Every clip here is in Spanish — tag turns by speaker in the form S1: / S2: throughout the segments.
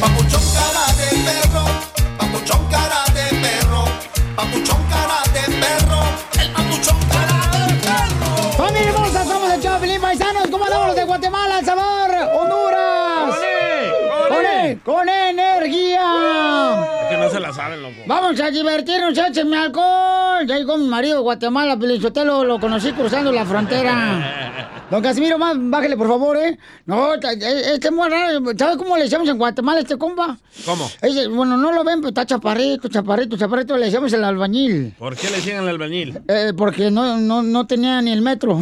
S1: Papuchón cara de perro, papuchón cara de perro, papuchón cara de perro, el papuchón cara de perro.
S2: ¡Familia hermosa! Somos el show de Pelín Paisanos. ¿Cómo andamos los de Guatemala, El Salvador, Honduras? ¡Con él! ¡Con energía!
S3: Es que no se la saben, loco.
S2: Vamos a divertirnos, échenme alcohol. Ya llegó mi marido de Guatemala, Pelizotelo, lo conocí cruzando la frontera. Don Casimiro, más, bájele, por favor, ¿eh? No, ta- e- este es muy raro. ¿Sabes cómo le decíamos en Guatemala a este compa?
S3: ¿Cómo?
S2: Ese- bueno, no lo ven, pero está chaparrito, chaparrito, chaparrito. Le decíamos el albañil.
S3: ¿Por qué le siguen al albañil?
S2: Eh, porque no, no, no tenía ni el metro.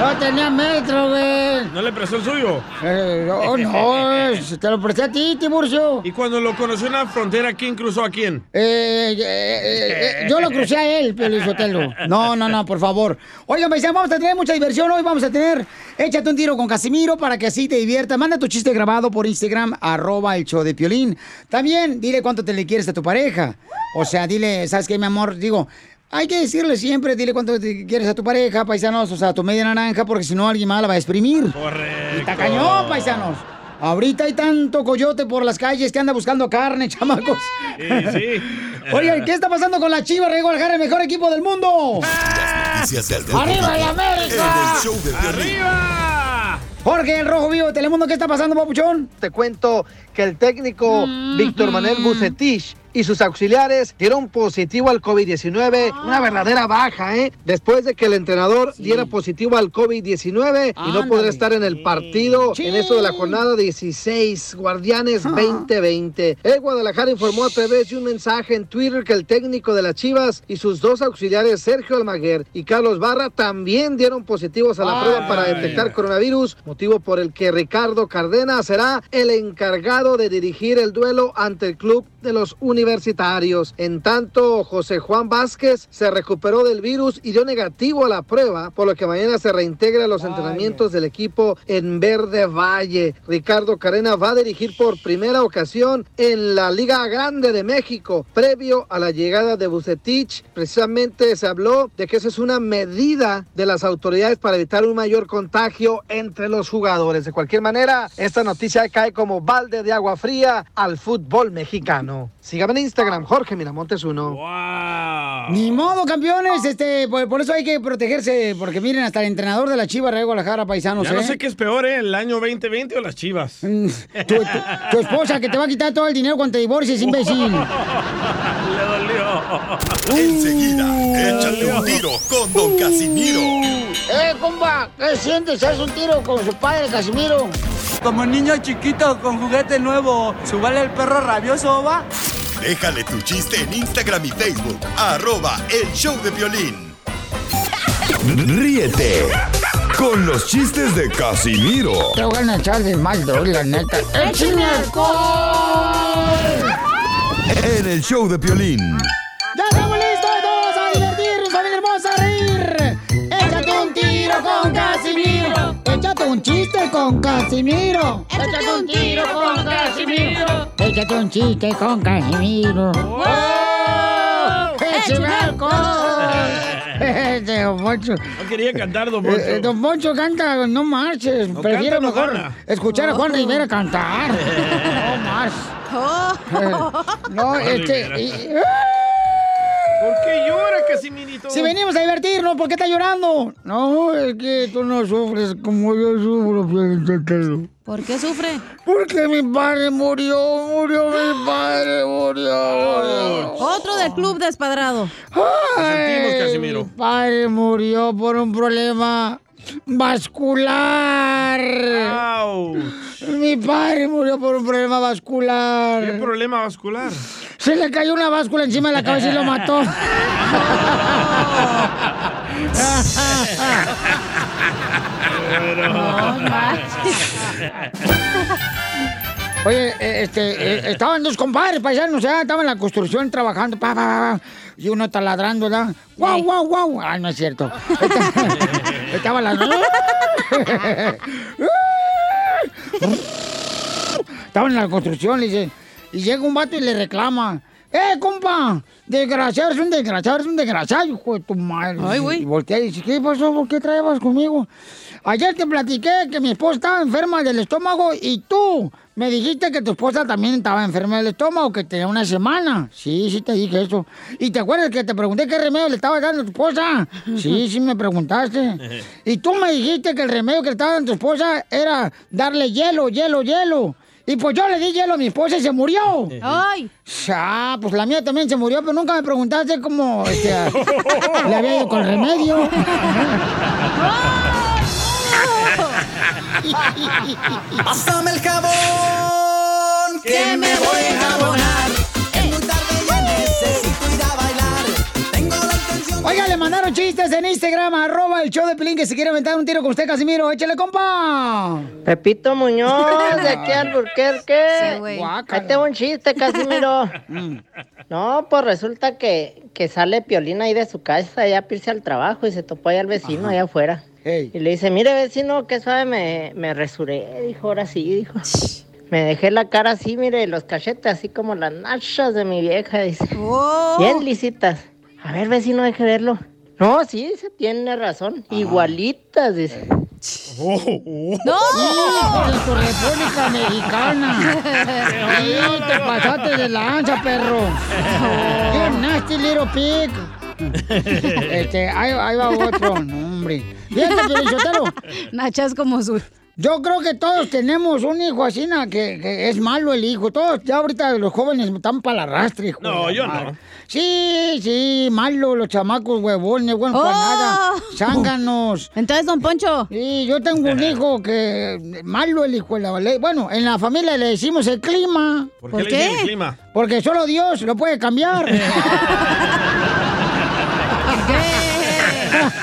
S2: no tenía metro, güey.
S3: ¿No le prestó el suyo?
S2: Eh, oh, no, se te lo presté a ti, Tiburcio.
S3: ¿Y cuando lo conoció en la frontera, quién cruzó a quién?
S2: Eh, eh, eh, eh, yo lo crucé a él, Pelizotelo. No, no, no, por favor. Oigan, paisanos, vamos a tener mucha diversión hoy. Vamos a tener, échate un tiro con Casimiro para que así te diviertas. Manda tu chiste grabado por Instagram, arroba el show de Piolín. También dile cuánto te le quieres a tu pareja. O sea, dile, ¿sabes qué, mi amor? Digo, hay que decirle siempre, dile cuánto te quieres a tu pareja, paisanos, o sea, a tu media naranja, porque si no alguien más la va a exprimir.
S3: Correcto.
S2: Está cañón, paisanos. Ahorita hay tanto coyote por las calles que anda buscando carne, chamacos.
S3: Sí, sí.
S2: Oigan, ¿qué está pasando con la Chivas Rey Guadalajara, el mejor equipo del mundo?
S4: Noticias del dedo
S2: ¡Arriba la
S4: vivo en
S2: América!
S4: el show de Piolín.
S3: ¡Arriba!
S2: Jorge, el Rojo Vivo de Telemundo, ¿qué está pasando, papuchón?
S5: Te cuento que el técnico Víctor Manuel Bucetich y sus auxiliares dieron positivo al COVID-19,
S2: Ah.
S5: una verdadera baja, ¿eh? Después de que el entrenador diera positivo al COVID-19 y no
S2: Ándale.
S5: podrá estar en el partido
S2: Sí. Ah.
S5: en eso de la jornada 16, Guardianes 2020. El Guadalajara informó a través de un mensaje en Twitter que el técnico de las Chivas y sus dos auxiliares, Sergio Almaguer y Carlos Barra, también dieron positivos
S2: Ah.
S5: a la prueba para
S3: Ay.
S5: detectar coronavirus, motivo por el que Ricardo Cárdenas será el encargado de dirigir el duelo ante el club de los universitarios. En tanto, José Juan Vázquez se recuperó del virus y dio negativo a la prueba, por lo que mañana se reintegra a los
S2: Vaya.
S5: entrenamientos del equipo en Verde Valle. Ricardo Carena va a dirigir por primera ocasión en la Liga Grande de México, previo a la llegada de Bucetich. Precisamente se habló de que esa es una medida de las autoridades para evitar un mayor contagio entre los jugadores. De cualquier manera, esta noticia cae como balde de agua fría al fútbol mexicano. Sígame en Instagram, Jorge Miramontes 1.
S3: ¡Wow!
S2: Ni modo, campeones, este, por, por eso hay que protegerse, porque miren, hasta el entrenador de la Chivas Rey Guadalajara, paisanos,
S3: Ya no
S2: ¿eh?
S3: sé qué es peor, ¿eh? ¿El año 2020 o las chivas?
S2: Mm, Tu, tu- tu esposa que te va a quitar todo el dinero cuando te divorcies, imbécil.
S3: Le dolió.
S4: Enseguida, échate un tiro con Don Casimiro.
S2: Uh. ¡Eh, compa! ¿Qué sientes? ¿Haz un tiro con su padre, Casimiro?
S6: Como niño chiquito con juguete nuevo, subale el perro rabioso, va.
S4: Déjale tu chiste en Instagram y Facebook, arroba el show de Piolín. Ríete con los chistes de Casimiro
S2: Te voy a echar de mal, doy, la neta. ¡Échame alcohol!
S4: en el show de Piolín.
S2: ¡Ya estamos listos todos a divertirnos, familia hermosa, a reír! ¡Échate un tiro con Casimiro! ¡Échate un chiste con Casimiro! ¡Échate un tiro con Casimiro! ¡Échate un chiste con Casimiro! ¡Wow! ¡Échame alcohol! Este, don Poncho.
S3: No quería cantar, don Poncho.
S2: Eh, eh, don Poncho canta, no marches.
S3: No
S2: Prefiero
S3: canta, no
S2: mejor
S3: gana.
S2: escuchar a Juan Rivera cantar.
S7: Oh.
S2: no más. Eh, no,
S3: Juan
S2: este.
S3: Rivera.
S2: y-
S3: ¿Por qué llora, Casimirito?
S2: Si venimos a divertirnos, ¿por qué está llorando? No, es que tú no sufres como yo sufro, pues, Piolín
S7: ¿Por qué sufre?
S2: Porque mi padre murió, murió mi padre, murió.
S7: Otro del club despadrado.
S2: Ay, Mi padre murió por un problema vascular. Mi padre murió por un problema vascular.
S3: ¿Qué problema vascular?
S2: Se le cayó una báscula encima de la cabeza y lo mató. Oye, eh, este, eh, estaban dos compadres paisanos, ya estaban en la construcción trabajando, pa, pa, pa, pa, y uno taladrando, ¿verdad? ¡Guau, guau, guau! Ah, no es cierto. Estaban las... Estaban en la construcción, le dice, y llega un vato y le reclama. ¡Eh, compa! Desgraciado, es un desgraciado, es un desgraciado, hijo de tu madre.
S7: Ay, güey.
S2: y voltea y dice, ¿qué pasó? ¿Por qué traebas conmigo? Ayer te platiqué que mi esposa estaba enferma del estómago y tú me dijiste que tu esposa también estaba enferma del estómago, que tenía una semana. Sí, sí te dije eso. ¿Y te acuerdas que te pregunté qué remedio le estaba dando a tu esposa? Sí, sí me preguntaste. Y tú me dijiste que el remedio que le estaba dando a tu esposa era darle hielo, hielo, hielo. Y pues yo le di hielo a mi esposa y se murió.
S7: ¡Ay!
S2: Ah, pues la mía también se murió, pero nunca me preguntaste cómo este, le había ido con el remedio.
S1: Pásame el jabón, que me voy a ¡Uh! enjabonar. Es muy tarde, ya necesito ir a bailar. Tengo la intención.
S2: Oiga, le mandaron chistes en Instagram, arroba el show de Pelín, que se quiere aventar un tiro con usted, Casimiro. Échale, compa.
S8: Pepito Muñoz, de aquí al
S7: Sí, güey.
S8: Burquerque. Ahí tengo un chiste, Casimiro.
S2: Mm.
S8: No, pues resulta que, que sale Piolina ahí de su casa, allá a irse al trabajo y se topó allá al vecino allá afuera. Y le dice, mire vecino, qué suave me, me resuré, dijo, ahora sí, dijo. Me dejé la cara así, mire, los cachetes así como las nachas de mi vieja, dice.
S7: ¡Oh!
S8: Bien lisitas. A ver, vecino, deje verlo. No, sí, se tiene razón. Igualitas, dice.
S7: ¡No!
S2: ¡Hijo de tu República Mexicana! ¡Sí, te pasaste de lanza, perro! ¡Qué nasty little pig! Este, ahí, ahí va otro, no, hombre. Fíjate, Piolín Sotelo,
S7: Nachas como su.
S2: yo creo que todos tenemos un hijo así, na, que, que es malo el hijo. Todos, ya ahorita los jóvenes están para el arrastre, hijo.
S3: No,
S2: de la
S3: yo
S2: madre.
S3: no.
S2: Sí, sí, malo, los chamacos huevones, bueno, para
S7: ¡Oh!
S2: nada. Zánganos.
S7: Entonces, don Poncho.
S2: Sí, yo tengo un hijo que malo el hijo de la ley. Bueno, en la familia le decimos el clima,
S3: ¿Por,
S7: ¿Por
S3: qué,
S7: qué?
S3: le dicen el clima?
S2: porque solo Dios lo puede cambiar.
S7: ¿por qué?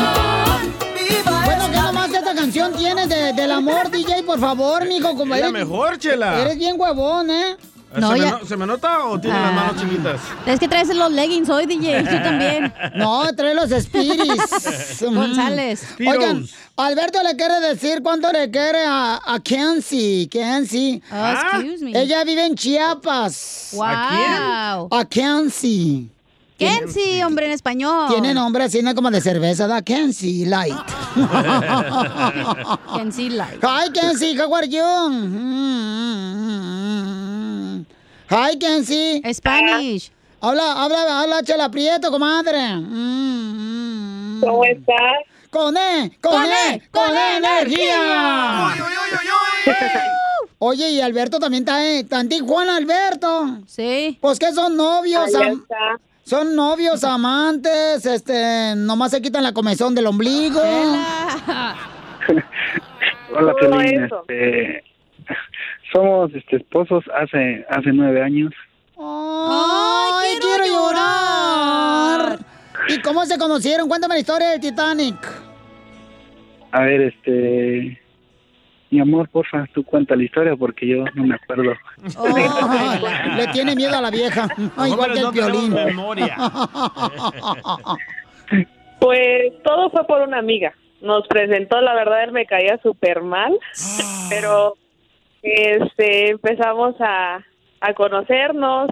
S1: amor! ¡Viva
S2: bueno, ¿qué nomás esta canción tienes de- del amor, DJ? Por favor, mijo, como
S3: Es la
S2: eres,
S3: mejor, Chela.
S2: eres bien huevón, ¿eh?
S7: No,
S3: ¿Se,
S7: ya-
S3: me no- se me nota o tiene las
S2: Ah.
S3: manos chiquitas?
S7: Es que traes los leggings hoy, DJ. Tú también.
S2: No, trae los spirits. Mm.
S7: González.
S3: Piros.
S2: Oigan, Alberto le quiere decir cuánto le quiere a, a Kenzie. Kenzie.
S7: Oh, excuse me.
S2: Ella vive en Chiapas.
S7: Wow.
S3: ¿A
S2: A Kenzie.
S7: Kenzie, hombre en español.
S2: Tiene nombre así, ¿no? Como de cerveza, da Kenzie Light.
S7: Kenzie Light.
S2: Hi, Kenzie, how are you? Mm. Hi, Kenzie.
S7: Spanish.
S2: Habla, habla, habla, chela prieto, comadre. Mm.
S9: ¿Cómo estás?
S2: Con E, con E, con E energía. Oye, y Alberto también está, eh, está en Tijuana, Alberto.
S7: Sí.
S2: Pues que son novios,
S9: Allá
S2: am-
S9: está.
S2: son novios, amantes, este, nomás se quitan la comezón del ombligo.
S7: Hola.
S10: Hola,
S9: Todo
S10: Piolín.
S9: eso.
S10: Este, somos este, esposos hace hace nueve años.
S2: ¡Ay,
S7: Ay,
S2: quiero,
S7: quiero
S2: llorar.
S7: llorar.
S2: ¿Y cómo se conocieron? Cuéntame la historia del Titanic.
S10: A ver, este, mi amor, porfa, tú cuenta la historia porque yo no me acuerdo.
S2: Ay, le tiene miedo a la vieja.
S3: Los
S2: Igual
S3: hombres
S2: que el
S3: no tenemos
S2: violín.
S3: memoria.
S9: Pues todo fue por una amiga. Nos presentó, la verdad, él me caía súper mal, pero este, empezamos a, a conocernos.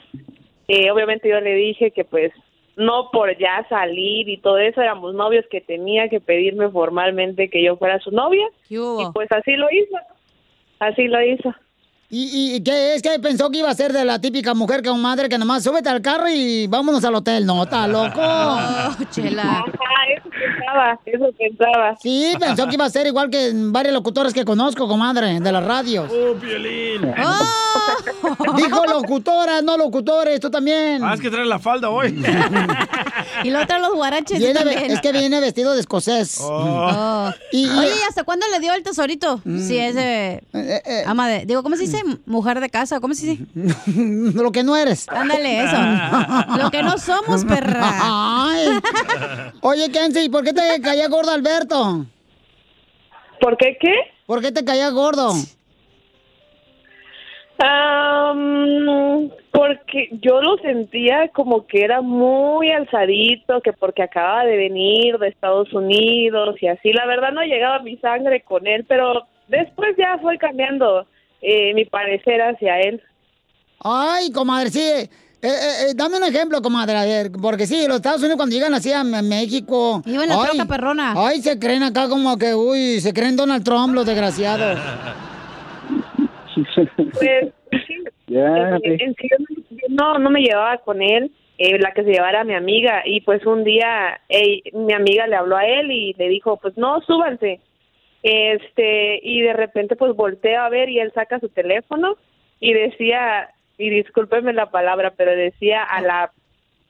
S9: Eh, obviamente yo le dije que pues no por ya salir y todo eso, éramos novios que tenía que pedirme formalmente que yo fuera su novia. Y pues así lo hizo, así lo hizo.
S2: ¿Y, y qué es que pensó que iba a ser de la típica mujer que un madre que nomás súbete al carro y vámonos al hotel? No, está loco.
S7: chela.
S9: eso pensaba, eso pensaba.
S2: Sí, pensó que iba a ser igual que varios locutores que conozco, comadre, de las radios.
S3: ¡Uh, Piolín!
S2: Oh. Dijo locutoras, no locutores, tú también.
S3: Ah, es que trae la falda hoy.
S2: Y la otra los guaraches.
S7: también.
S2: es que viene vestido de escocés.
S7: Oh.
S2: Y- Mm. Eh, y-
S7: Oye, ¿y hasta cuándo le dio el tesorito? Sí, ese. ama de. Digo, ¿cómo se dice? Mujer de casa, ¿cómo se dice?
S2: Lo que Mm. no eres.
S7: Ándale, eso. Lo que no somos, perra.
S2: Ay. Oye, Kenzie, ¿y por qué te caía gordo Alberto?
S9: ¿Por qué qué?
S2: ¿Por qué te caía gordo?
S9: Am, porque yo lo sentía como que era muy alzadito, que porque acababa de venir de Estados Unidos y así. La verdad no llegaba mi sangre con él, pero después ya fue cambiando eh, mi parecer hacia él.
S2: Ay, comadre, sí. eh, eh, eh, dame un ejemplo, comadre, a ver, porque sí, los Estados Unidos cuando llegan así a M- México...
S7: en la
S2: ay,
S7: troca perrona.
S2: Ay, se creen acá como que, uy, se creen Donald Trump, los desgraciados.
S9: Pues sí,
S2: Ya,
S9: en- en- en sí, yo no, no me llevaba con él, eh, la que se llevara mi amiga, y pues un día ey, mi amiga le habló a él y le dijo, pues no, súbanse. Este, y de repente pues volteo a ver y él saca su teléfono y decía, y discúlpeme la palabra, pero decía a la...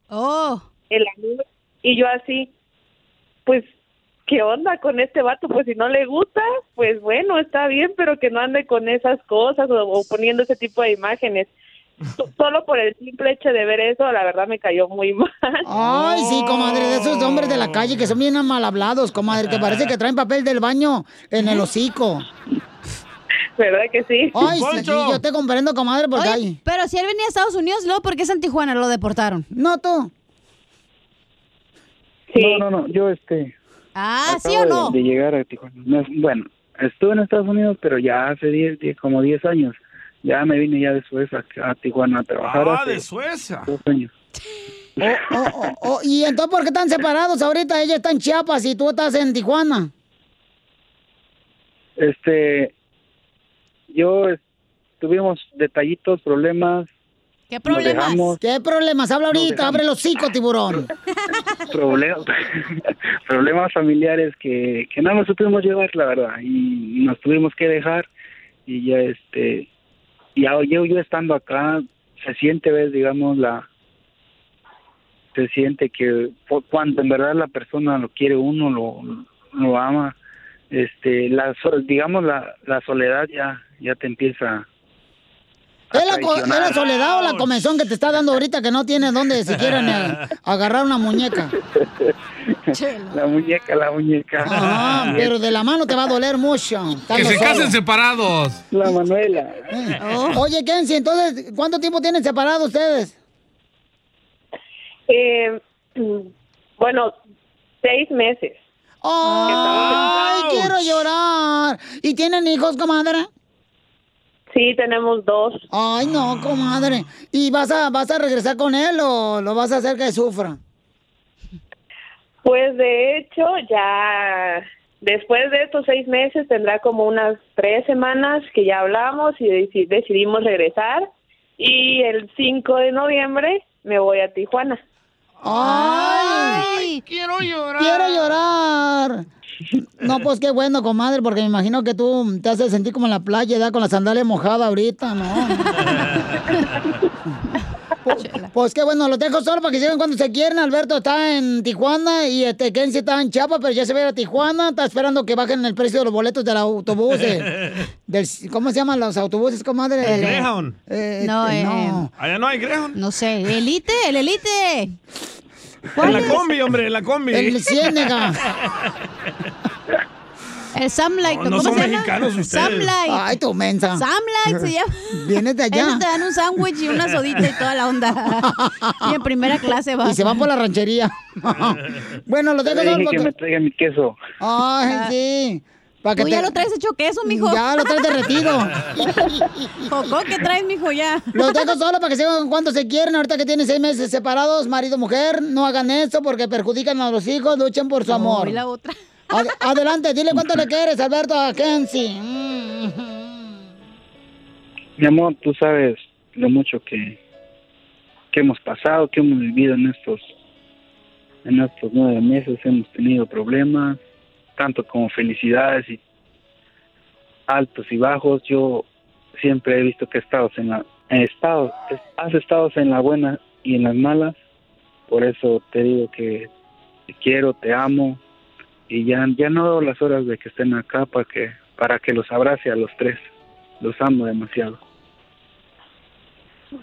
S7: Oh.
S9: El amigo, y yo así, pues, ¿qué onda con este vato? Pues si no le gusta, pues bueno, está bien, pero que no ande con esas cosas o, o poniendo ese tipo de imágenes. So- Solo por el simple hecho de ver eso, la verdad me cayó muy mal.
S2: Ay, sí, comadre, de esos hombres de
S11: Oh.
S2: la calle que son bien mal hablados, comadre, que parece que traen papel del baño en el hocico.
S9: ¿Verdad que sí?
S2: Ay, sí, sí, yo te comprendo, comadre, porque
S7: Oye,
S2: hay...
S7: Pero si él venía a Estados Unidos, luego, ¿por qué es en Tijuana? Lo deportaron.
S2: No, tú.
S10: No, no, no, yo este...
S7: Ah, ¿sí
S10: acabo
S7: o
S10: de-
S7: no?
S10: De, llegar a Tijuana. No es- Bueno, estuve en Estados Unidos, pero ya hace 10, 10, como 10 años. Ya me vine ya después a, a Tijuana a trabajar.
S3: Ah,
S10: hace
S3: de Suecia.
S10: dos años.
S11: ¿Eh?
S2: Oh, oh, ¿Y entonces por qué están separados ahorita? Ella está en Chiapas y tú estás en Tijuana.
S10: Este, yo es- tuvimos detallitos, problemas,
S7: ¿Qué
S10: problemas? dejamos.
S2: ¿Qué problemas? Habla ahorita, abre el hocico, tiburón.
S10: problemas, problemas familiares que, que no nos supimos llevar, la verdad, y nos tuvimos que dejar y ya este, y a- yo, yo estando acá se siente, ves, digamos la, se siente que po- cuando en verdad la persona lo quiere uno, lo, lo ama, este, la, so- digamos la, la soledad ya, ya te empieza.
S2: ¿Es la, co-
S10: traicionar.
S2: es la soledad o la comezón que te está dando ahorita que no tienes dónde siquiera ni a- agarrar una muñeca?
S10: La muñeca, la muñeca.
S2: Ah, pero de la mano te va a doler mucho.
S11: Que
S2: estando
S11: se
S2: solo.
S11: casen separados.
S10: La Manuela.
S2: Oh. Oye, Kenzie, entonces, ¿cuánto tiempo tienen separados ustedes?
S9: Eh, bueno, seis meses.
S2: ¡Ay, quiero llorar! ¿Y tienen hijos, comadre?
S9: Sí, tenemos dos.
S2: Ay, no, comadre. ¿Y vas a, vas a regresar con él o lo vas a hacer que sufra?
S9: Pues de hecho, ya después de estos seis meses tendrá como unas tres semanas que ya hablamos y deci- decidimos regresar. Y el 5 de noviembre me voy a Tijuana.
S2: ¡Ay!
S3: quiero llorar.
S2: ¡Quiero llorar! No, pues qué bueno, comadre, porque me imagino que tú te haces sentir como en la playa, ¿verdad? Con la sandalia mojada ahorita, ¿no? pues, pues qué bueno, los dejo solo para que lleguen cuando se quieren. Alberto está en Tijuana y este Kenzie está en Chiapas, pero ya se va a ir a Tijuana. Está esperando que bajen el precio de los boletos del autobús. eh, del, ¿Cómo se llaman los autobuses, comadre?
S3: El
S2: Eh,
S3: Greyhound.
S2: eh,
S7: No,
S2: este,
S7: eh,
S2: no.
S3: Allá no hay Greyhound.
S7: No sé, el elite, el elite.
S3: En la combi, hombre, en la combi.
S7: El Ciénega. El Samlike.
S2: No, no
S7: ¿Cómo
S2: son
S7: se llama?
S2: mexicanos ustedes.
S7: Samlike.
S2: Ay, tu mensa.
S7: Samlike se llama.
S2: Vienes de allá.
S7: Ellos te dan un sándwich y una sodita y toda la onda. y en primera clase va.
S2: Y se van por la ranchería. bueno, los
S10: Yo
S2: dejo
S10: le
S2: solo
S10: dije que me
S2: porque...
S10: traiga mi queso.
S2: Ay, sí. Pa'
S7: Ah. Tú ya lo traes hecho queso, mijo.
S2: Ya lo traes derretido.
S7: Cocó que traes, mijo, ya.
S2: Los dejo solo para que sepan cuánto se quieren. Ahorita que tienen seis meses separados, marido, mujer, no hagan esto porque perjudican a los hijos. Luchen por su amor.
S7: y la otra.
S2: Ad- adelante, dile cuánto le quieres, Alberto, a Kenzie.
S10: Mi amor, tú sabes lo mucho que, que hemos pasado, que hemos vivido en estos, en estos nueve meses. Hemos tenido problemas, tanto como felicidades y altos y bajos. Yo siempre he visto que estabas en la, he estado, has estado en la buena y en las malas. Por eso te digo que te quiero, te amo y ya, ya no doy las horas de que estén acá para que, para que los abrace a los tres. Los amo demasiado.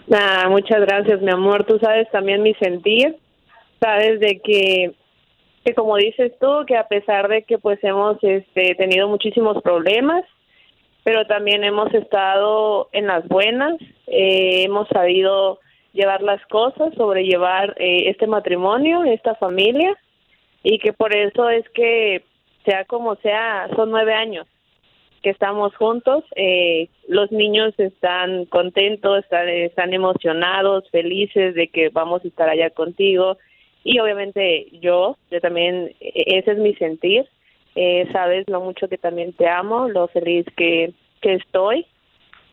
S9: Nah, muchas gracias, mi amor. Tú sabes también mi sentir. Sabes de que, que como dices tú, que a pesar de que pues hemos este, tenido muchísimos problemas, pero también hemos estado en las buenas, eh, hemos sabido llevar las cosas, sobrellevar eh, este matrimonio, esta familia, y que por eso es que, sea como sea, son nueve años que estamos juntos. eh, los niños están contentos, están, están emocionados, felices de que vamos a estar allá contigo. Y obviamente yo, yo también, e- ese es mi sentir. Eh, sabes lo mucho que también te amo, lo feliz que, que estoy.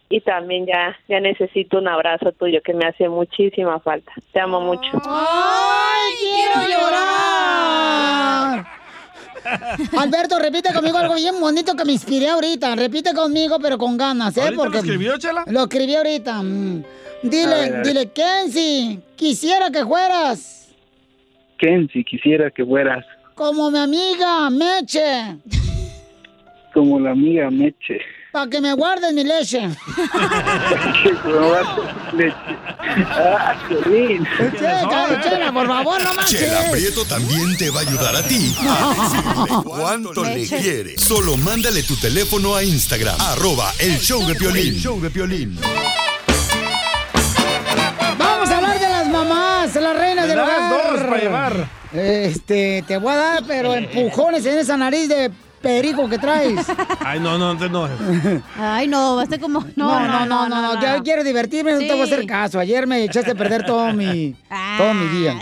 S9: Y también ya, ya necesito un abrazo tuyo que me hace muchísima falta. Te amo mucho.
S2: ¡Ay, quiero llorar! Alberto, repite conmigo algo bien bonito que me inspiré ahorita. Repite conmigo, pero con ganas, ¿eh?
S3: ¿Ahorita lo
S2: Porque
S3: escribió, Chela?
S2: Lo escribí ahorita. mm.
S10: A ver,
S2: Dile,
S10: a ver.
S2: dile, Kenzie, quisiera que fueras
S10: Ken, si quisiera que fueras
S2: como mi amiga Meche,
S10: como la amiga Meche.
S2: para que me guardes mi leche.
S10: Que probaste leche. Ah, Piolín.
S2: Chela, Chela, por favor, no manches.
S4: Chela Prieto también te va a ayudar a ti a decirle cuánto le
S2: Leche.
S4: quieres. Solo mándale tu teléfono a Instagram, arroba el show de Piolín.
S2: Vamos a hablar de las mamás, las reinas
S4: Me
S2: del
S4: das
S2: hogar.
S4: dos para llevar.
S2: Este, te voy a dar, pero empujones en esa nariz de perico que traes.
S3: Ay, no, no, no, no.
S7: Ay, no, baste como. No,
S2: No, no, no, no, no, yo quiero divertirme, no te voy a hacer
S7: Sí.
S2: caso. Ayer me echaste a perder todo mi, todo mi día.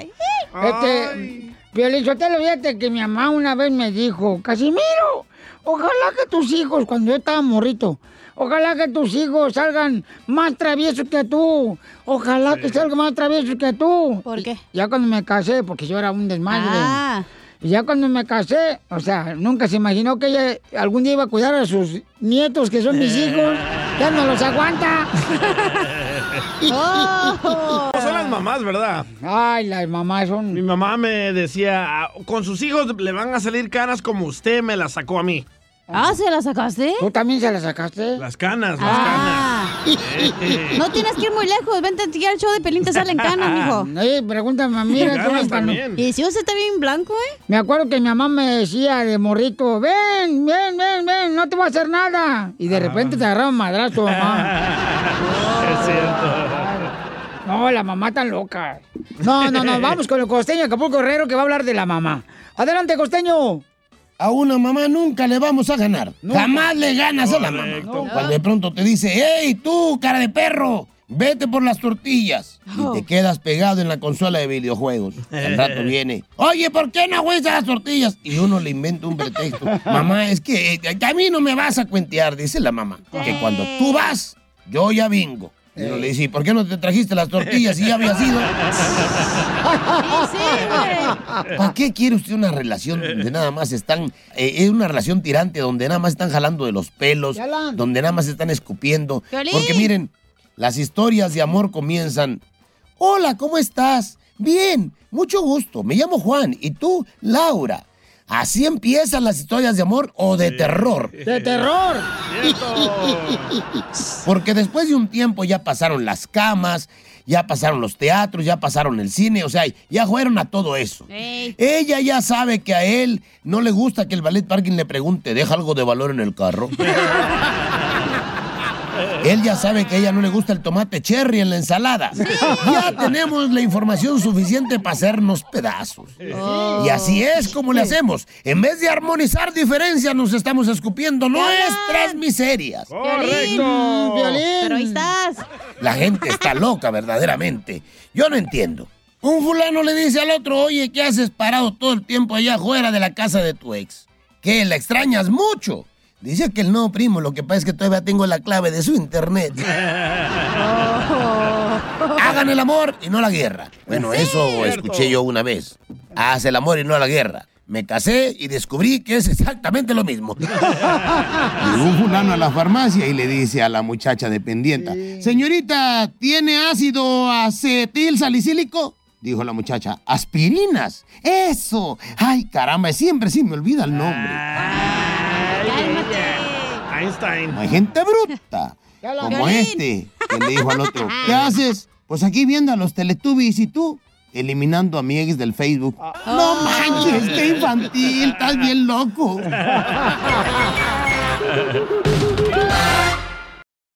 S2: Este, Piolín Sotelo, fíjate que mi mamá una vez me dijo, Casimiro, ojalá que tus hijos, cuando yo estaba morrito, ojalá que tus hijos salgan más traviesos que tú, ojalá que salgan más traviesos que tú. ¿Por qué? Ah. ya cuando me casé, porque yo era un desmadre. Y ya cuando me casé, o sea, nunca se imaginó que ella algún día iba a cuidar a sus nietos, que son mis hijos. Ya no los aguanta.
S3: No son las mamás, ¿verdad?
S2: Oh. Ay, las mamás son.
S3: Mi mamá me decía, "Ah, con sus hijos le van a salir canas como usted me las sacó a mí.
S7: Ah, ¿se la sacaste?
S2: ¿Tú también se la sacaste?
S3: Las canas, las
S2: Ah.
S3: canas.
S7: No tienes que ir muy lejos. Vente aquí al show de Pelín, te salen canas, mijo.
S2: Oye, pregúntame a mí.
S7: Ganas
S3: también.
S7: Y si usted está bien blanco, ¿eh?
S2: Me acuerdo que mi mamá me decía de morrito, ven, ven, ven, ven, no te va a hacer nada. Y de repente te agarraba un madrazo, mamá.
S3: es cierto.
S2: No, la mamá tan loca. No, no, no, vamos con el costeño Acapulco Herrero que va a hablar de la mamá. Adelante, costeño.
S12: A una mamá nunca le vamos a ganar. Jamás le ganas a la mamá. Cuando de pronto te dice, hey, tú, cara de perro, vete por las tortillas. Y te quedas pegado en la consola de videojuegos. Al rato viene, oye, ¿por qué no huesas las tortillas? Y uno le inventa un pretexto. mamá, es que eh, a mí no me vas a cuentear, dice la mamá. Que cuando tú vas, yo ya vengo. Y uno le dice, "¿Y ¿por qué no te trajiste las tortillas si ya habías ido? ¿Para qué quiere usted una relación donde nada más están, eh, es una relación tirante, donde nada más están jalando de los pelos,
S2: Yalan.
S12: donde nada más están escupiendo?
S2: Piolín.
S12: Porque miren, las historias de amor comienzan. Hola, ¿cómo estás? Bien, mucho gusto. Me llamo Juan. ¿Y tú, Laura? Así empiezan las historias de amor o de terror.
S2: De terror.
S12: Porque después de un tiempo ya pasaron las camas, ya pasaron los teatros, ya pasaron el cine, o sea, ya fueron a todo eso. Ella ya sabe que a él no le gusta que el ballet parking le pregunte, deja algo de valor en el carro. Él ya sabe que a ella no le gusta el tomate cherry en la ensalada. Ya tenemos la información suficiente para hacernos pedazos. Y así es como le hacemos. En vez de armonizar diferencias, nos estamos escupiendo nuestras miserias.
S7: Correcto. Pero ahí estás.
S12: La gente está loca, verdaderamente. Yo no entiendo. Un fulano le dice al otro, oye, ¿qué haces parado todo el tiempo allá afuera de la casa de tu ex? Que la extrañas mucho. Dice que el no, primo, lo que pasa es que todavía tengo la clave de su internet. Hagan el amor y no la guerra. Bueno, eso escuché yo una vez. Haz el amor y no la guerra. Me casé y descubrí que es exactamente lo mismo.
S13: Y un fulano a la farmacia y le dice a la muchacha dependienta, señorita, ¿tiene ácido acetil salicílico? Dijo la muchacha, aspirinas. Eso. Ay, caramba, siempre sí me olvida el nombre.
S3: Einstein.
S13: Hay gente bruta,
S3: Ya la-
S13: como
S3: Violín.
S13: este, que le dijo al otro, ¿qué haces? Pues aquí viendo a los Teletubbies y tú, eliminando a mi ex del Facebook.
S3: Oh.
S1: No manches, qué
S13: infantil, estás bien loco.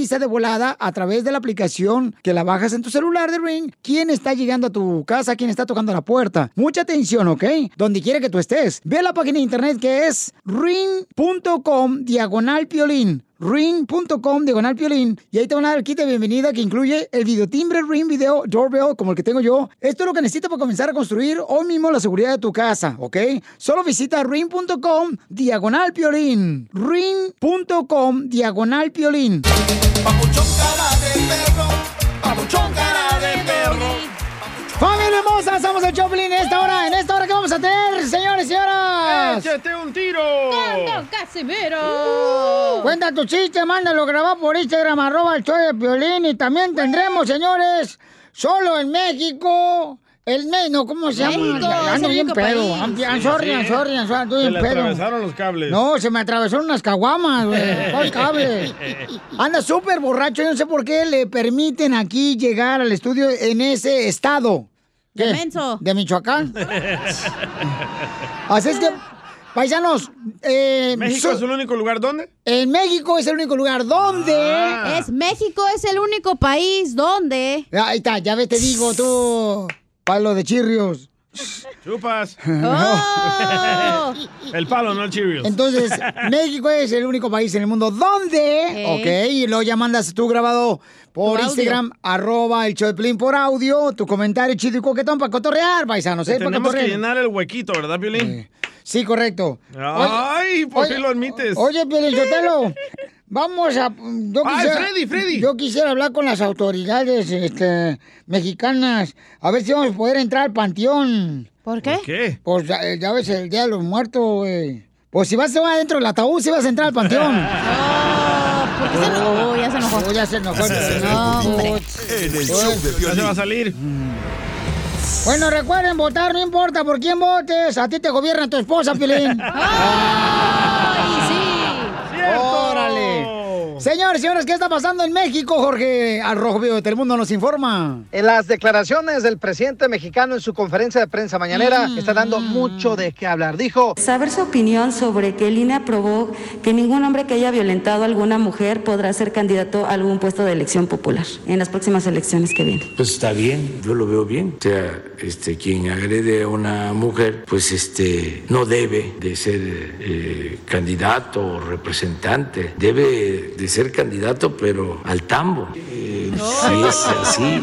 S2: de volada a través de la aplicación que la bajas en tu celular de Ring, quién está llegando a tu casa, quién está tocando la puerta. Mucha atención, ¿ok? Donde quiera que tú estés. Ve a la página de internet que es ring.com diagonal piolín. Ring.com diagonal piolín. Y ahí te van a dar el kit de bienvenida que incluye el videotimbre Ring Video Doorbell, como el que tengo yo. Esto es lo que necesitas para comenzar a construir hoy mismo la seguridad de tu casa, ¿ok? Solo visita ring.com diagonal piolín. Ring.com diagonal piolín.
S1: Papuchón cara de perro.
S2: ¡Familia hermosa! Somos el Choplin en esta hora. En esta hora, ¿qué vamos a tener, señores y señoras?
S3: ¡Échate un tiro!
S2: ¡Con Casimiro! Uh. cuenta tu chiste, mándalo grabar por Instagram, arroba el show de Piolín. Y también tendremos, señores, solo en México... El me, no, ¿cómo se llama?
S3: México,
S2: Ya Ando
S3: es el
S2: bien
S3: único
S2: pedo.
S3: país.
S2: I'm- I'm sorry, I'm sorry, I'm sorry, ando
S3: Se
S2: bien
S3: le
S2: pedo.
S3: atravesaron los cables.
S2: No, se me atravesaron unas caguamas, güey. ¿Cuál cable? Anda súper borracho, yo no sé por qué le permiten aquí llegar al estudio en ese estado. ¿Qué? ¿De Michoacán? Así es que, paisanos... eh,
S3: ¿México
S2: su-
S3: es el único lugar donde?
S2: En México es el único lugar donde...
S3: Ah.
S7: Es México es el único país donde.
S2: Ahí está, ya ves, te digo tú, palo de chirrios.
S3: Chupas.
S2: Oh.
S3: el palo, no el Cheerios.
S2: Entonces, México es el único país en el mundo donde,
S3: Ey.
S2: ok, y luego ya mandas tú grabado por
S3: Tu audio.
S2: Instagram, arroba el show de Piolín por audio, tu comentario chido y coquetón para cotorrear, paisanos, ¿eh? Para
S3: Tenemos que
S2: cotorrear.
S3: llenar el huequito, ¿verdad, Violín?
S2: Sí, correcto.
S3: Ay, por
S2: oye,
S3: fin lo admites.
S2: Oye, Piolín Sotelo, vamos a... Yo
S3: Ay,
S2: quisiera,
S3: Freddy, Freddy.
S2: Yo quisiera hablar con las autoridades este, mexicanas, a ver si vamos a poder entrar al panteón.
S7: ¿Por qué?
S3: ¿Qué?
S2: Pues ya, eh, ya ves, el Día de los Muertos, güey. Pues si vas adentro del ataúd, si vas a entrar al panteón.
S7: ¿Por qué se enojó? Ya se enojó.
S2: Oh, ya se enojó.
S7: No, hombre.
S14: En el
S2: show
S14: de Piolín.
S3: salir.
S2: Bueno, recuerden votar, no importa por quién votes. A ti te gobierna tu esposa, Pilín. ¡Ay, sí! ¡Órale! Señores, señores, ¿qué está pasando en México, Jorge? Al Rojo Vivo de Telemundo nos informa.
S5: En las declaraciones del presidente mexicano en su conferencia de prensa mañanera
S2: Mm.
S5: está dando mucho de qué hablar. Dijo,
S15: Saber su opinión sobre que el INE aprobó que ningún hombre que haya violentado a alguna mujer podrá ser candidato a algún puesto de elección popular en las próximas elecciones que vienen.
S16: Pues está bien, yo lo veo bien. O sea, este, quien agrede a una mujer, pues este, no debe de ser eh, candidato o representante. Debe de ser candidato, pero al tambo. Eh, Si es así, eh,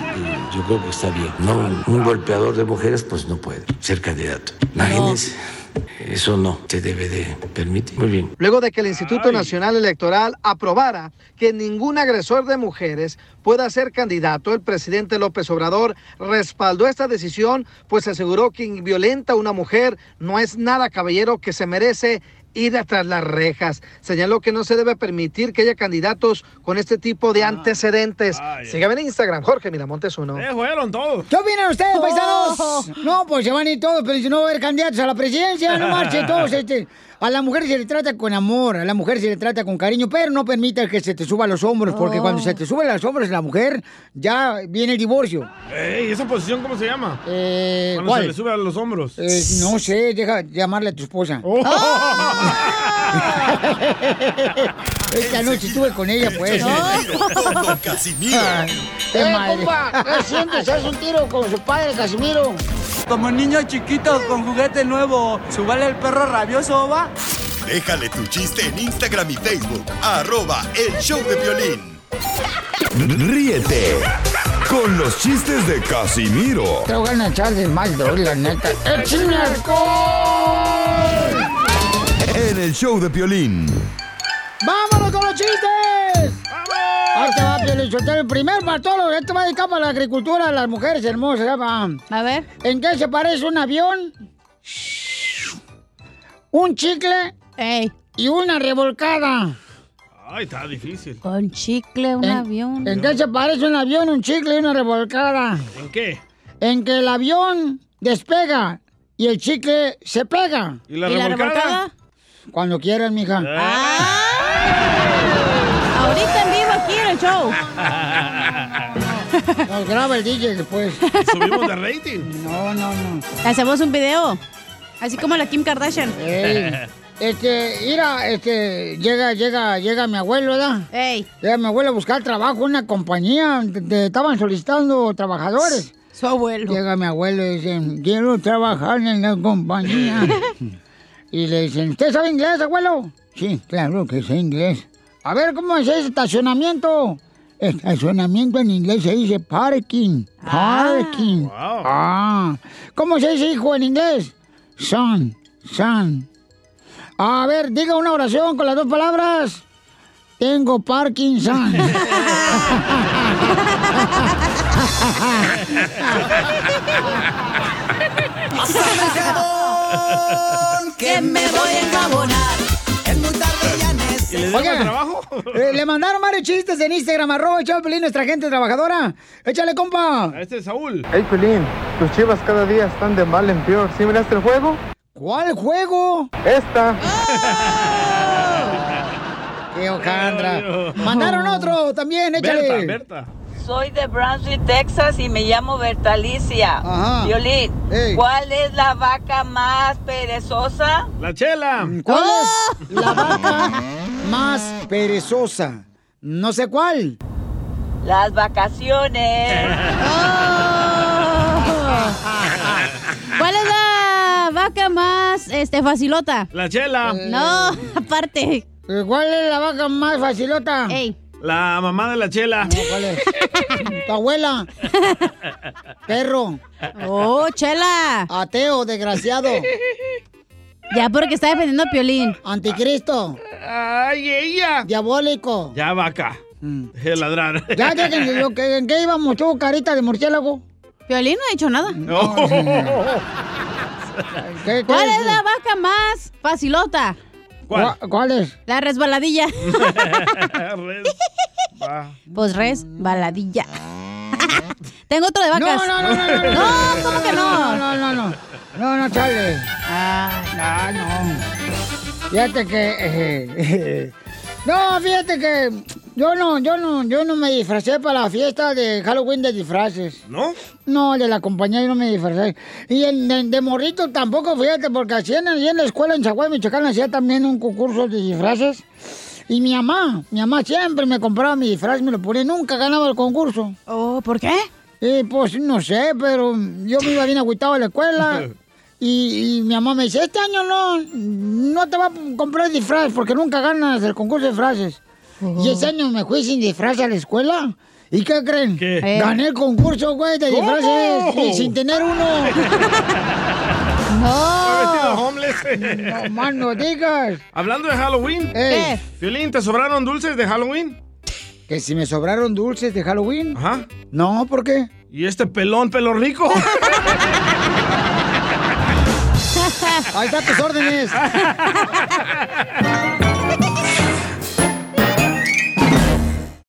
S16: yo creo que está bien. No, un golpeador de mujeres, pues no puede ser candidato. Imagínense, eso no se debe de permitir. Muy bien.
S5: luego de que el Instituto Nacional Electoral aprobara que ningún agresor de mujeres pueda ser candidato, el presidente López Obrador respaldó esta decisión, pues aseguró que quien violenta a una mujer no es nada caballero que se merece ir tras las rejas. Señaló que no se debe permitir que haya candidatos con este tipo
S2: Ah.
S5: de antecedentes. Sígame en Instagram, Jorge Miramontes uno.
S2: fueron todos. ¿Qué opinan
S5: Oh.
S2: ustedes, Eh, paisanos? No, pues se van a ir todos, pero si no va a haber candidatos a la presidencia, no marchen todos. Este, a la mujer se le trata con amor, a la mujer se le trata con cariño, pero no permita que se te suba a los hombros, porque
S3: Oh.
S2: cuando se te sube a los hombros la mujer, ya viene el divorcio.
S3: Ey, ¿esa posición cómo se llama?
S2: Eh,
S3: Cuando
S2: ¿cuál?
S3: se le sube a los hombros.
S2: Eh, no sé, deja llamarle a tu esposa.
S17: Oh.
S2: Esta noche estuve con ella, pues.
S17: Don Casimiro.
S2: Ay, qué
S17: Eh,
S2: madre.
S17: compa,
S2: ¿qué sientes? ¿Haz un tiro con su padre, Casimiro?
S6: Como niño chiquito con juguete nuevo, ¿subale el perro rabioso, va?
S17: Déjale tu chiste en Instagram y Facebook, arroba el show de violín.
S4: Ríete con los chistes de Casimiro
S2: Te voy a echar de mal, bro, la neta. ¡Échame alcohol!
S4: en el show de violín.
S2: ¡Vámonos con los chistes! Ahí te va, Pielichotero. El primer para todos. Este va dedicado para la agricultura, a las mujeres hermosas. A ver. ¿En qué se parece un avión? Un chicle. Y una revolcada.
S3: Ay, está difícil.
S2: Con chicle,
S7: un avión.
S2: ¿En qué se parece un avión, un chicle y una revolcada?
S3: ¿En qué?
S2: En que el avión despega y el chicle se pega.
S3: ¿Y la ¿Y la revolcada? revolcada?
S2: Cuando quieran, mija.
S7: Ahorita en vivo aquí en el show.
S2: Nos graba el DJ después.
S3: Eh, Subimos de rating.
S2: No, no, no.
S7: Hacemos un video. Así como la Kim Kardashian.
S2: Ey. Este, mira, este, llega, llega, llega mi abuelo, ¿verdad? Llega mi abuelo a buscar trabajo en una compañía, te- te estaban solicitando trabajadores. Su abuelo. Llega mi abuelo y dice, quiero trabajar en la compañía. y le dicen, ¿usted sabe inglés, abuelo? Sí, claro que sé inglés. A ver, ¿cómo es ese estacionamiento? Estacionamiento en inglés se dice parking. Parking. Ah. ¿Cómo se dice hijo en inglés? Son, son. A ver, diga una oración con las dos palabras. Tengo Parkinson.
S1: Pásame el jabón, que me voy a enjabonar. Es muy tarde, ya necesito.
S2: Oiga, eh, le mandaron varios chistes en Instagram, arroba el Chapelín, nuestra gente trabajadora. Échale, compa.
S3: Este es Saúl.
S18: Hey, Pelín, tus chivas cada día están de mal en peor. ¿Sí miraste el juego?
S2: ¿Cuál juego? Ah.
S18: Esta.
S2: Qué hojandra. Mandaron otro también, échale.
S3: Berta, Berta.
S19: Soy de Brunswick, Texas y me llamo Bertalicia.
S2: Ajá.
S19: Violín,
S2: Ey.
S19: ¿cuál es la vaca más perezosa?
S3: La chela.
S2: Mm,
S3: Ah.
S2: ¿Cuál es la vaca más perezosa? No sé cuál.
S19: Las vacaciones.
S2: Ah.
S7: ¿Cuál es la vaca más este, facilota?
S3: La chela.
S7: No, aparte.
S2: Eh. ¿Cuál es la vaca más facilota?
S7: Ey.
S3: La mamá de la chela.
S2: Tu abuela. Perro.
S7: Oh, chela.
S2: Ateo, desgraciado.
S7: Ya porque está defendiendo a Piolín.
S2: Anticristo.
S3: Ay, ella.
S2: Diabólico.
S3: Ya vaca. Deje de ladrar.
S2: Mm. Ya, ya, que en, lo que, ¿en qué íbamos tú, carita de murciélago?
S7: Piolín no ha dicho nada.
S3: No.
S2: ¿Qué- qué
S7: ¿Cuál es
S2: es?
S7: la vaca más facilota?
S2: ¿Cuál? es?
S7: La resbaladilla.
S3: Va.
S7: pues res, baladilla. Tengo otro de vacas.
S2: No, no, no, no,
S7: no. No, ¿cómo que no?
S2: No, no, no, no. No, no, chale. Ah, no, no. Fíjate que. eh, eh, no, fíjate que. Yo no, yo no, yo no me disfracé para la fiesta de Halloween de disfraces.
S3: ¿No?
S2: No, de la compañía yo no me disfracé. Y en- de, de morrito tampoco, fíjate, porque hacían ahí en la escuela en Chaguay, Michoacán, hacía también un concurso de disfraces. Y mi mamá, mi mamá siempre me compraba mi disfraz, me lo ponía, nunca ganaba el concurso.
S7: Oh, ¿por qué?
S2: Eh, pues no sé, pero yo me iba bien agüitado a la escuela. Y, y mi mamá me dice, este año no, no te va a comprar disfraz porque nunca ganas el concurso de frases. Y ese año me fui sin disfraz a la escuela. ¿Y qué creen?
S20: ¿Qué? Eh.
S2: Gané el concurso, güey, de
S20: ¿Cómo?
S2: disfraces y sin tener uno. no. No más no digas.
S3: Hablando de Halloween.
S2: Ey.
S3: Violín, ¿te sobraron dulces de Halloween?
S2: Que si me sobraron dulces de Halloween. Ajá. No, ¿por qué?
S3: ¿Y este pelón, pelo rico?
S2: Ahí están tus órdenes.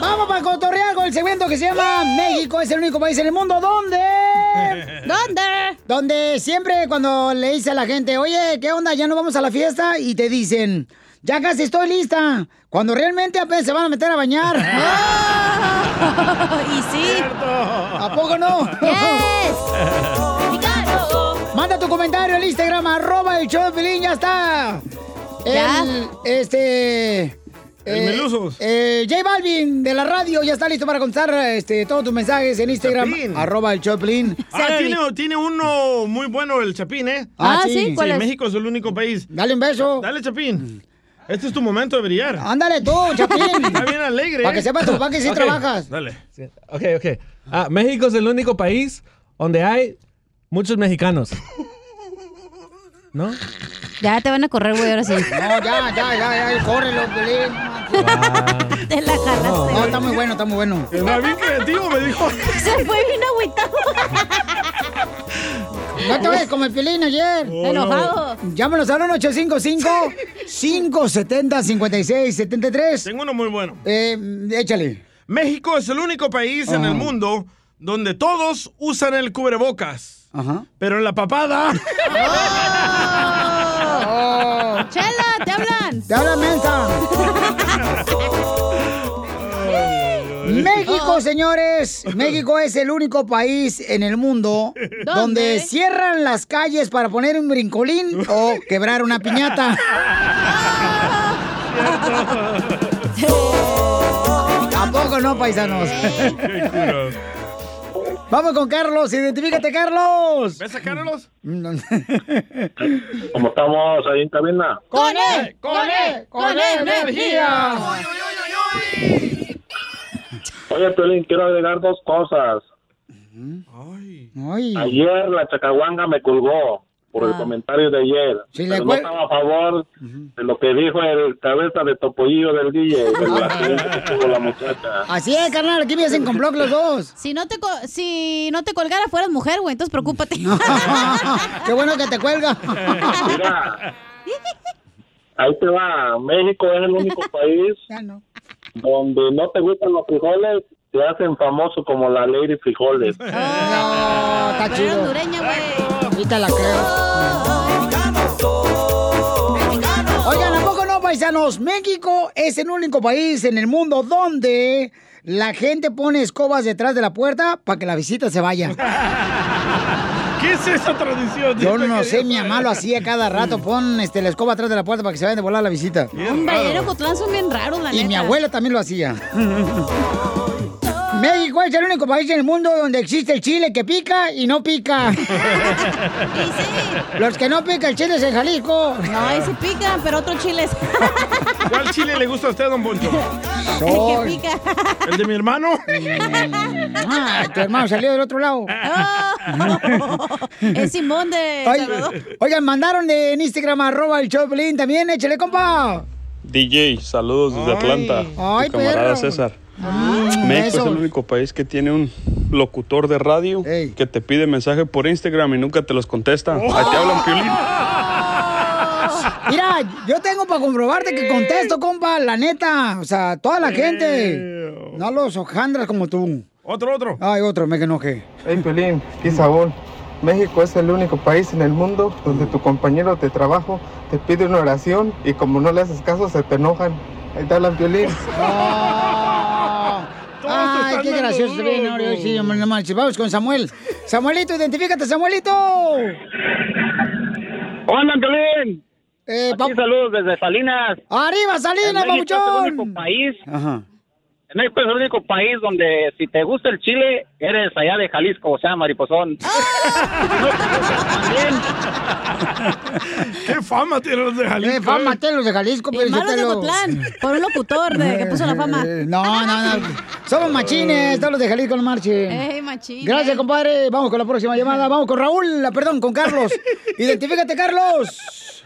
S2: Vamos para cotorrear con el segmento que se llama México es el único país en el mundo donde... ¿Dónde? Donde siempre cuando le dice a la gente, oye, ¿qué onda? Ya no vamos a la fiesta y te dicen, ya casi estoy lista. Cuando realmente apenas se van a meter a bañar. y sí. ¿A poco no? Manda tu comentario al Instagram, arroba el show de Pelín, ya está.
S20: Ya.
S2: El, este...
S20: El Meluzos.
S2: eh, J Balvin de la radio ya está listo para contestar este, todos tus mensajes en Instagram, arroba el Choplin.
S3: Ah, tiene, tiene uno muy bueno el Chapín, ¿eh?
S2: Ah, Ah, sí, sí, ¿cuál es?
S3: México es el único país.
S2: Dale un beso.
S3: Dale, Chapín. Este es tu momento de brillar.
S2: Ándale tú, Chapín.
S3: Está bien alegre.
S2: Para que
S3: ¿eh?
S2: sepa tu papá que sí
S3: Ok.
S2: trabajas.
S3: Dale.
S21: Ok, ok. Ah, México es el único país donde hay muchos mexicanos. ¿No?
S7: Ya te van a correr, güey, ahora sí.
S2: No, ya, ya, ya, ya, córrelo, Pelín.
S7: Te la jalaste.
S2: No, está muy bueno, está muy bueno.
S3: Está bien creativo, me dijo.
S7: Se fue bien agüitado.
S2: No te vayas como el Pelín ayer.
S7: Oh, Enojado.
S2: Llámanos al 1-855-570-5673.
S3: Tengo uno muy bueno.
S2: Eh, échale.
S3: México es el único país en el mundo donde todos usan el cubrebocas.
S2: Ajá.
S3: Pero en la papada.
S7: Chela, te hablan.
S2: Te hablan, mensa. México, señores. México es el único país en el mundo donde cierran las calles para poner un brincolín o quebrar una piñata. Tampoco no, paisanos. Vamos con Carlos, identifícate, Carlos.
S3: ¿Ves a Carlos?
S22: Como estamos ahí en cabina.
S2: ¡Con él! ¡Con él! ¡Con él! ¡Energía!
S22: Oye, Piolín, quiero agregar dos cosas.
S2: Ay.
S22: Ayer la Chacahuanga me colgó por el comentario de ayer.
S2: le
S22: pero no
S2: cuel-
S22: estaba a favor de lo que dijo el cabeza de topollillo del DJ, de la accidente que tuvo la muchacha.
S2: Así es, carnal, aquí vives en complot los dos.
S7: Si no te, co- si no te colgara, fueras mujer, güey, entonces preocúpate.
S2: Qué bueno que te cuelga.
S22: Mira, ahí te va. México es el único país donde no te gustan los frijoles, te hacen famoso como la Lady Frijoles.
S2: No, está chido. Hondureña, güey. Ahorita la creo. Oigan, ¿a poco no, paisanos? México es el único país en el mundo donde la gente pone escobas detrás de la puerta para que la visita se vaya.
S3: ¿Qué es esa tradición?
S2: Yo no sé, mi mamá lo
S3: eh.
S2: hacía cada rato. Pon este, la escoba atrás de la puerta para que se vayan de volar la visita.
S7: Hombre, ahí en Ocotlán son bien raros, la
S2: Y
S7: neta.
S2: mi abuela también lo hacía. México es el único país en el mundo donde existe el chile que pica y no pica. Los que no pica el chile es en Jalisco.
S7: No, ese pica, pero otro chile es.
S3: ¿Cuál chile le gusta a usted, don Poncho?
S7: El que pica.
S3: ¿El de mi hermano?
S2: Ah, tu hermano salió del otro lado.
S7: Oh, Es Simón de Salvador.
S2: Oigan, mandaron de- en Instagram arroba el Choplin también, échale compa.
S23: DJ, saludos desde Atlanta.
S2: Ay,
S23: tu camarada
S2: perro.
S23: César.
S2: Mm,
S23: México es
S2: eso.
S23: el único país que tiene un locutor de radio que te pide mensaje por Instagram y nunca te los contesta.
S3: Oh.
S23: Ahí te hablan, Piolín.
S2: Mira, yo tengo para comprobarte que contesto, compa, la neta. O sea, toda la gente. No los hojandras como tú.
S3: Otro, otro.
S2: Ay, otro, me que enojé.
S24: Hey, Piolín, y Saúl. México es el único país en el mundo donde tu compañero de trabajo te pide una oración y como no le haces caso se te enojan. Ahí te hablan, Piolín.
S2: Ay, qué gracioso se ve, no, yo sí, hombre, no manches. Vamos con Samuel. Samuelito, identifícate, Samuelito.
S8: Hola, Angelín.
S7: eh,
S8: Aquí saludos desde Salinas.
S2: ¡Arriba, Salinas,
S8: En México Es
S2: papuchón!
S8: el único país,
S2: Ajá.
S8: en México es el único país donde si te gusta el chile, eres allá de Jalisco, o sea, mariposón.
S7: Ah.
S3: ¡Qué fama tienen los de Jalisco! eh.
S2: ¡Qué fama tienen los de Jalisco, pues,
S7: El malo de Ocotlán, por un locutor de, que puso la fama.
S2: Eh, No, no, no. Somos machines, todos los de Jalisco, no marchen.
S7: Ey, machín.
S2: Gracias, compadre. Vamos con la próxima llamada. Vamos con Raúl, ah, perdón, con Carlos. Identifícate, Carlos.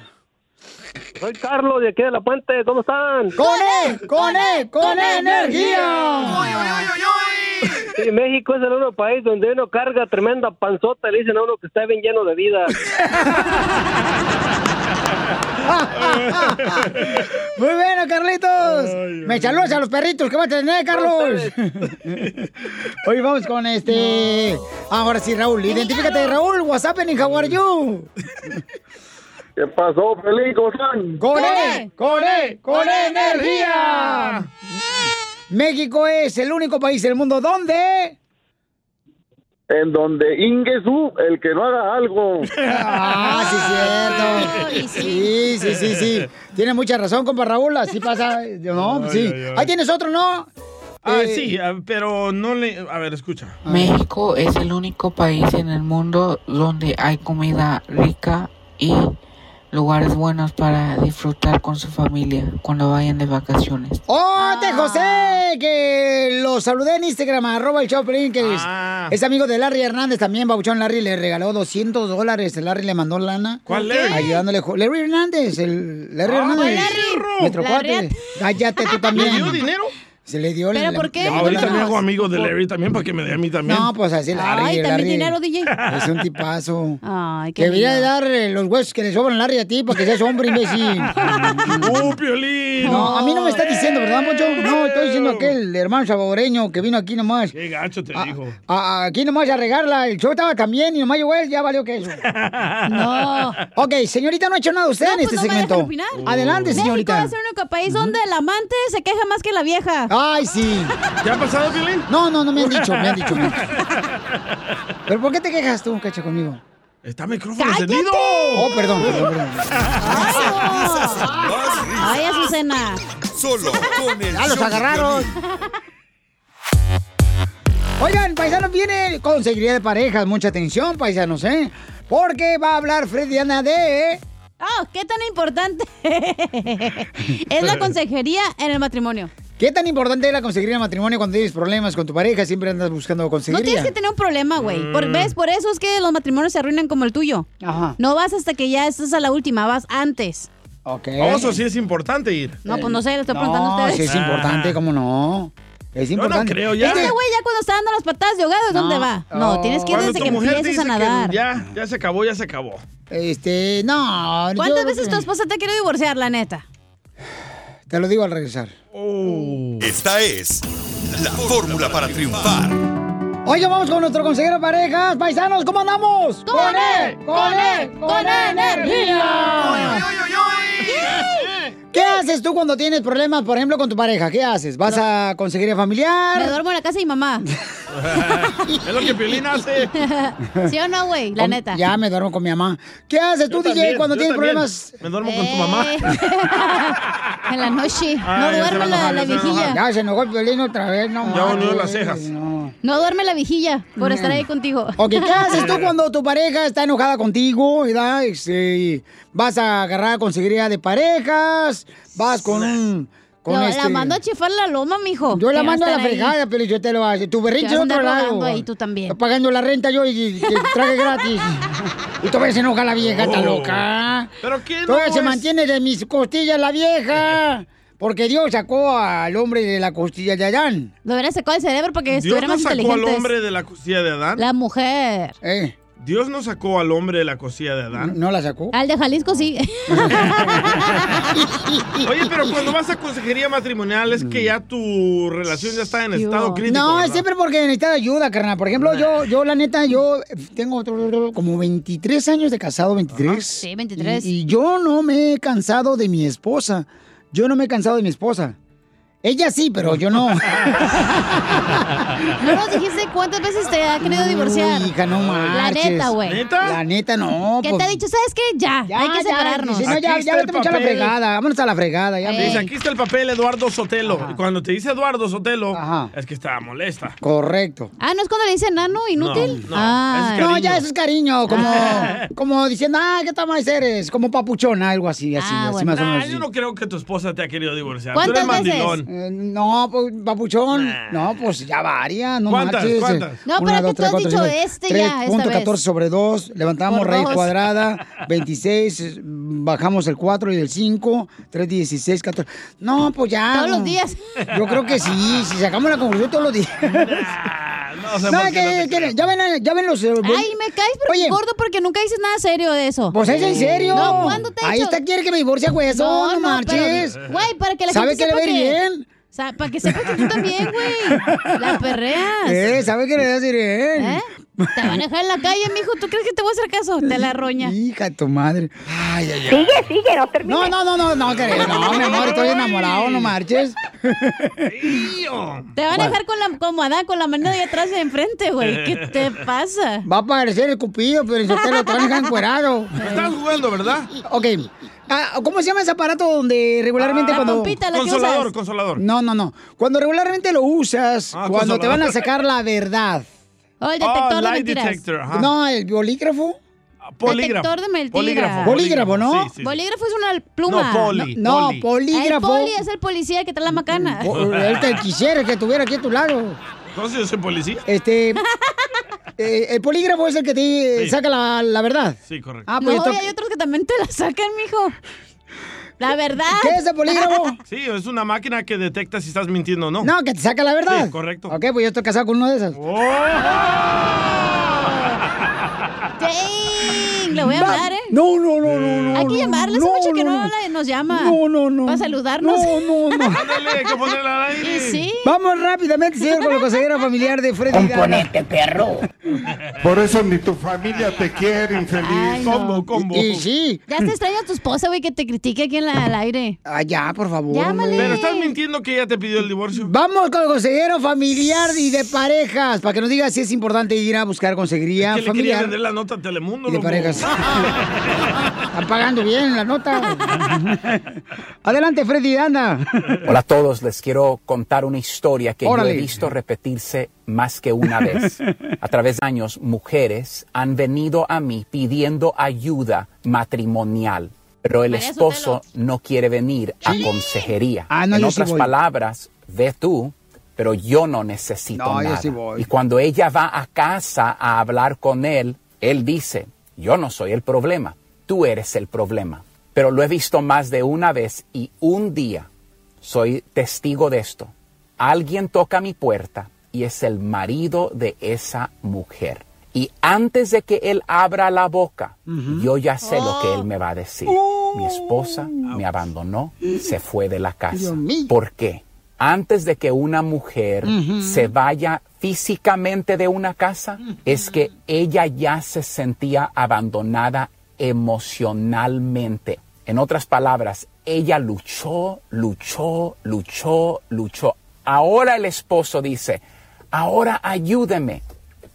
S9: Soy Carlos de aquí de La Puente, ¿cómo están?
S2: ¡Con E! ¡Con E! ¡Con E energía!
S9: Sí, México es el único país donde uno carga tremenda panzota, le dicen a uno que está bien lleno de vida.
S2: Muy bueno, Carlitos. Me saludas a los perritos que va a tener, Carlos. Hoy vamos con este. Ahora sí, Raúl. Identifícate, Raúl. WhatsApp en How are you?
S25: ¿Qué pasó, Feliz? ¿Cómo están?
S2: ¡Con E! ¡Con E! ¡Con E energía! México es el único país del mundo donde.
S25: En donde Ingesu, el que no haga algo.
S2: Ah, sí,
S25: Ay,
S2: es cierto. Sí, sí, sí, sí. Tiene mucha razón, compa Raúl. Así pasa. No, sí. Ahí tienes otro, ¿no?
S3: Ah,
S2: Eh,
S3: sí, ah, pero no le... A ver, escucha.
S26: México es el único país en el mundo donde hay comida rica y lugares buenos para disfrutar con su familia cuando vayan de vacaciones.
S2: ¡Ote, José! Que lo saludé en Instagram, arroba el Choplin, que es- es, amigo de Larry Hernández también, Bauchón Larry le regaló 200 dólares, Larry le mandó lana.
S1: ¿Cuál Larry?
S2: Ayudándole, jo- Larry Hernández, el Larry
S1: Ah,
S2: Hernández.
S1: Larry.
S2: Nuestro
S1: La
S2: cuate.
S1: red.
S2: Cállate tú también.
S3: ¿Le dio dinero?
S2: Se le dio.
S7: ¿Pero
S2: le-
S7: por qué?
S2: le mandó
S3: Ah, Ahorita
S2: lana.
S3: me hago amigo de Larry también para que me dé a mí también.
S2: No, pues así Larry.
S7: Ay, también dinero,
S2: Larry
S7: DJ.
S2: Es un tipazo.
S7: Ay, qué
S2: Debería
S7: lindo.
S2: dar eh, los huesos que le sobran a Larry a ti para que seas hombre, imbécil.
S3: ¡Uh, Piolín!
S2: No, a mí no me estás diciendo, ¿verdad, Poncho? No, estoy diciendo aquel hermano saboreño que vino aquí nomás. Ah,
S3: ¡Qué gacho te dijo!
S2: A- a- aquí nomás a regarla. El show estaba también y nomás llegó él, ya valió que eso.
S7: No.
S2: Ok, señorita, no ha hecho nada usted en este
S7: no me dejan
S2: segmento.
S7: opinar.
S2: Adelante, señorita.
S7: México es el único país donde el amante se queja más que la vieja.
S2: Ay, sí.
S3: ¿Ya ha pasado, Piolín?
S2: No, no, no me han dicho, me han dicho. me han dicho. ¿Pero por qué te quejas tú, cacha, conmigo?
S3: ¡Está el micrófono encendido! ¡Oh,
S2: perdón, perdón, perdón.
S7: Ay, Azucena.
S4: Solo con el
S2: Ya los
S4: show de
S2: agarraron. Oigan, paisanos, viene con seguridad de parejas. Mucha atención, paisanos, ¿eh? Porque va a hablar Freddy Ana de...
S7: Oh, qué tan importante es la consejería en el matrimonio.
S2: ¿Qué tan importante era conseguir el matrimonio cuando tienes problemas con tu pareja? Siempre andas buscando
S7: No
S2: conseguir.
S7: tienes que tener un problema, güey. Por-
S2: Mm.
S7: ¿Ves? Por eso es que los matrimonios se arruinan como el tuyo. No vas hasta que ya estás a la última, vas antes.
S2: Ok. Eh,
S3: Oh, eso sí es importante ir. Ah.
S7: No, pues no sé, le estoy preguntando a ustedes.
S2: sí es importante, cómo no. Es
S3: no
S2: importante.
S3: creo ya.
S7: Este güey ya cuando está dando las patadas de ahogado, ¿dónde va? No, tienes que ir
S3: Cuando
S7: desde
S3: tu
S7: que
S3: mujer te
S7: empiezas a
S3: dice que
S7: nadar.
S3: Ya, ya se acabó, ya se acabó.
S2: Este, no. yo
S7: ¿Cuántas
S2: creo
S7: veces
S2: que-
S7: tu esposa te ha querido divorciar, la neta?
S2: Te lo digo al regresar.
S4: Esta es la fórmula para triunfar.
S2: Oiga, vamos con nuestro consejero de parejas. Paisanos, ¿cómo andamos?
S1: ¡Con él! ¡Con él! ¡Con energía!
S2: ¿Qué haces tú cuando tienes problemas, por ejemplo, con tu pareja? ¿Qué haces? ¿Vas a conseguir familiar?
S7: Me duermo en la casa de mi mamá.
S3: es lo que Piolín hace.
S7: ¿Sí o no, güey? La
S2: Con-
S7: neta.
S2: Ya me duermo con mi mamá. ¿Qué haces tú,
S7: Yo
S2: DJ,
S7: también,
S2: cuando
S7: yo
S2: tienes
S7: también.
S2: problemas?
S3: Me duermo
S7: con tu mamá. Eh. En la noche. No
S2: duermo
S7: duerme la, la viejilla.
S2: Ya se enojó el violín otra vez, no
S3: Ya volvió
S2: manches.
S3: las cejas.
S7: No duerme la viejilla por
S2: Mm.
S7: estar ahí contigo.
S2: Ok, ¿qué haces tú cuando tu pareja está enojada contigo? ¿verdad? Este, y vas a agarrar consejería de parejas, vas con un... Con
S7: Lo-
S2: este-
S7: La mando a chifar la loma, mijo.
S2: Yo la
S7: Que va
S2: mando a la
S7: estar ahí.
S2: fregada, pero yo te lo hago. Tu berrinche
S7: Te
S2: es
S7: vas a andar
S2: otro lado.
S7: rogando ahí tú también.
S2: Pagando la renta yo y te traje gratis. Y todavía se enoja la vieja, está
S1: Oh.
S2: loca.
S3: ¿Pero qué no
S2: Todavía se
S3: es?
S2: mantiene de mis costillas la vieja. Porque Dios sacó al hombre de la costilla de Adán.
S7: Lo hubiera sacado el cerebro porque
S3: Dios
S7: estuviera
S3: no
S7: más
S3: sacó al
S7: inteligente.
S3: hombre de la cosilla de Adán.
S7: La mujer.
S3: Dios no sacó al hombre de la cosilla de Adán.
S2: Eh. No la sacó.
S7: Al de Jalisco sí.
S3: Oye, pero cuando vas a consejería matrimonial es que ya tu relación ya está en estado crítico.
S2: No, es
S3: ¿verdad?
S2: siempre porque necesita ayuda, carnal. Por ejemplo, yo, yo la neta, yo tengo otro- como 23 años de casado, 23.
S7: Sí, 23.
S2: Y, y yo no me he cansado de mi esposa. Yo no me he cansado de mi esposa. Ella sí, pero yo no.
S7: No nos dijiste cuántas veces te ha querido divorciar.
S2: Uy, hija, no
S7: La
S2: marches.
S7: neta, güey.
S2: La neta, no.
S7: ¿Qué
S2: pues.
S7: te ha dicho? ¿Sabes qué? Ya,
S2: Ya,
S7: hay que
S2: ya,
S7: separarnos.
S2: si no, ya, ya vete mucho a la fregada. Vámonos a la fregada. Ya,
S3: Dice,
S2: pues.
S3: aquí está el papel Eduardo Sotelo. Y cuando te dice Eduardo Sotelo, es que está molesta.
S2: Correcto.
S7: Ah, ¿no es cuando le dicen ah, no, inútil?
S3: No, no,
S7: ah,
S3: es
S2: No, ya eso es cariño, como, como diciendo, ah, ¿qué tal más eres? Como papuchón, algo así,
S7: Ah,
S2: Ah, así, así más o menos.
S3: Nah, Ah, yo no creo que tu esposa te ha querido divorciar. Tú eres
S2: ¿Cuántas veces?
S3: mandilón.
S2: Eh, no, pues, papuchón. No, pues ya varias. No
S3: ¿Cuántas?
S2: marches.
S3: ¿Cuántas?
S2: Eh,
S7: No, pero
S2: una,
S7: tú
S2: dos,
S7: te has
S2: cuatro,
S7: dicho
S2: cinco,
S7: este ya, esta
S2: 3.14
S7: vez.
S2: sobre 2. Levantamos
S7: Por
S2: raíz
S7: dos.
S2: cuadrada. 26. eh, Bajamos el 4 y el 5. 3, 16, 14. No, pues ya.
S7: Todos los
S2: no.
S7: días.
S2: Yo creo que sí. Si sacamos la conclusión todos los días.
S3: no
S7: sé por qué no te
S2: que- ya, ven, ya ven los. eh,
S7: Ay, me caes por
S2: Oye.
S7: gordo porque nunca dices nada serio de eso.
S2: Pues es en serio.
S7: No, ¿cuándo te he
S2: Ahí
S7: hecho?
S2: está, quiere que me divorcie a hueso. No,
S7: pero-
S2: marches.
S7: Güey, para que la
S2: ¿Sabe
S7: gente
S2: que le
S7: sepa
S2: va a ir bien?
S7: O sea, para que sepa que tú también, güey. La perreas.
S2: Eh, ¿sabe qué le voy a decir? Eh?
S7: Te van a dejar en la calle, mijo. ¿Tú crees que te voy a hacer caso? Te la roña.
S2: Hija de tu madre. Ay, ay, ay.
S7: sigue, no
S2: No, no, no, no, no, querido, no, mi amor, estoy enamorado, no marches.
S7: Te van a
S2: Bueno.
S7: dejar con la, como Adán, con la mano de atrás y de enfrente, güey. ¿Qué te pasa?
S2: Va a aparecer el cupido, pero yo te lo te van a dejar encuerado.
S3: Estás jugando, ¿verdad?
S2: Ok. Ah, ¿Cómo se llama ese aparato donde regularmente
S3: La
S2: cuando...
S3: Ah, pompita, la que Consolador, usas. consolador.
S2: No, no, no. Cuando regularmente lo usas, cuando te
S3: consolador.
S2: van a sacar la verdad.
S7: Oh,
S3: el detector Oh, de lie mentiras. detector, ajá. Ah,
S2: No, el bolígrafo.
S3: Polígrafo.
S7: Detector de mentiras.
S3: Polígrafo,
S2: Polígrafo, ¿no?
S3: Sí, sí, sí.
S7: Bolígrafo es una pluma.
S2: No, poli, No, no, poli. polígrafo.
S7: El poli es el policía que trae la macana.
S2: O- Él te quisiera que estuviera aquí a tu lado.
S3: Entonces yo soy policía.
S2: Este. eh, el polígrafo es el que te eh,
S3: Sí.
S2: saca la, la verdad.
S3: Sí, correcto.
S2: Ah, pues
S7: no,
S2: esto-
S7: y hay otros que también te la sacan, mijo. La verdad.
S2: ¿Qué es el polígrafo?
S3: Sí, es una máquina que detecta si estás mintiendo o no.
S2: No, que te saca la verdad.
S3: Sí, correcto.
S2: Ok, pues yo estoy casado con uno de esos.
S7: Dang, le voy a
S2: Va-
S7: hablar, ¿eh?
S2: No, no, no, no, no.
S7: Hay que
S2: no,
S7: llamarle, hace
S2: no,
S7: mucho que
S2: no,
S7: no,
S2: no.
S7: habla- nos llama.
S2: No, no, no.
S7: Para saludarnos.
S2: No, no, no.
S3: Ándale, hay que ponerla al aire.
S7: Y sí.
S2: Vamos rápidamente, señor, con la consejera familiar de Freddy.
S10: Componente,
S2: perro.
S10: Por eso ni tu familia te quiere, infeliz.
S7: Ay, no. Combo,
S2: combo. Y sí.
S7: Ya te extraña tu esposa, güey, que te critique aquí en la- al aire.
S2: Ah, ya, por favor.
S7: Llámale.
S3: Pero estás mintiendo que ella te pidió el divorcio.
S2: Vamos con el consejero familiar y de parejas, para que nos diga si es importante ir a buscar consejería
S3: Que le quería
S2: familiar.
S3: vender la nota a Telemundo.
S2: Y de
S3: loco.
S2: parejas. Están pagando bien la nota. Adelante, Freddy, anda.
S11: Hola a todos, les quiero contar una historia que
S2: Órale.
S11: yo he visto repetirse más que una vez. A través de años, mujeres han venido a mí pidiendo ayuda matrimonial, pero el
S27: María
S11: esposo no quiere venir a consejería.
S27: Ah, no,
S11: en
S27: yo sí
S11: otras
S27: voy.
S11: palabras, ve tú, pero yo no necesito
S27: No, yo
S11: nada.
S27: sí voy.
S11: Y cuando ella va a casa a hablar con él, él dice, yo no soy el problema, tú eres el problema. Pero lo he visto más de una vez y un día soy testigo de esto. Alguien toca mi puerta y es el marido de esa mujer. Y antes de que él abra la boca, yo ya sé lo
S2: Oh.
S11: que él me va a decir. Mi esposa me abandonó, se fue de la casa.
S2: Dios mío.
S11: ¿Por qué? Antes de que una mujer
S2: Ujú.
S11: se vaya físicamente de una casa es que ella ya se sentía abandonada emocionalmente. En otras palabras, ella luchó, luchó, luchó, luchó. Ahora el esposo dice, ahora ayúdeme.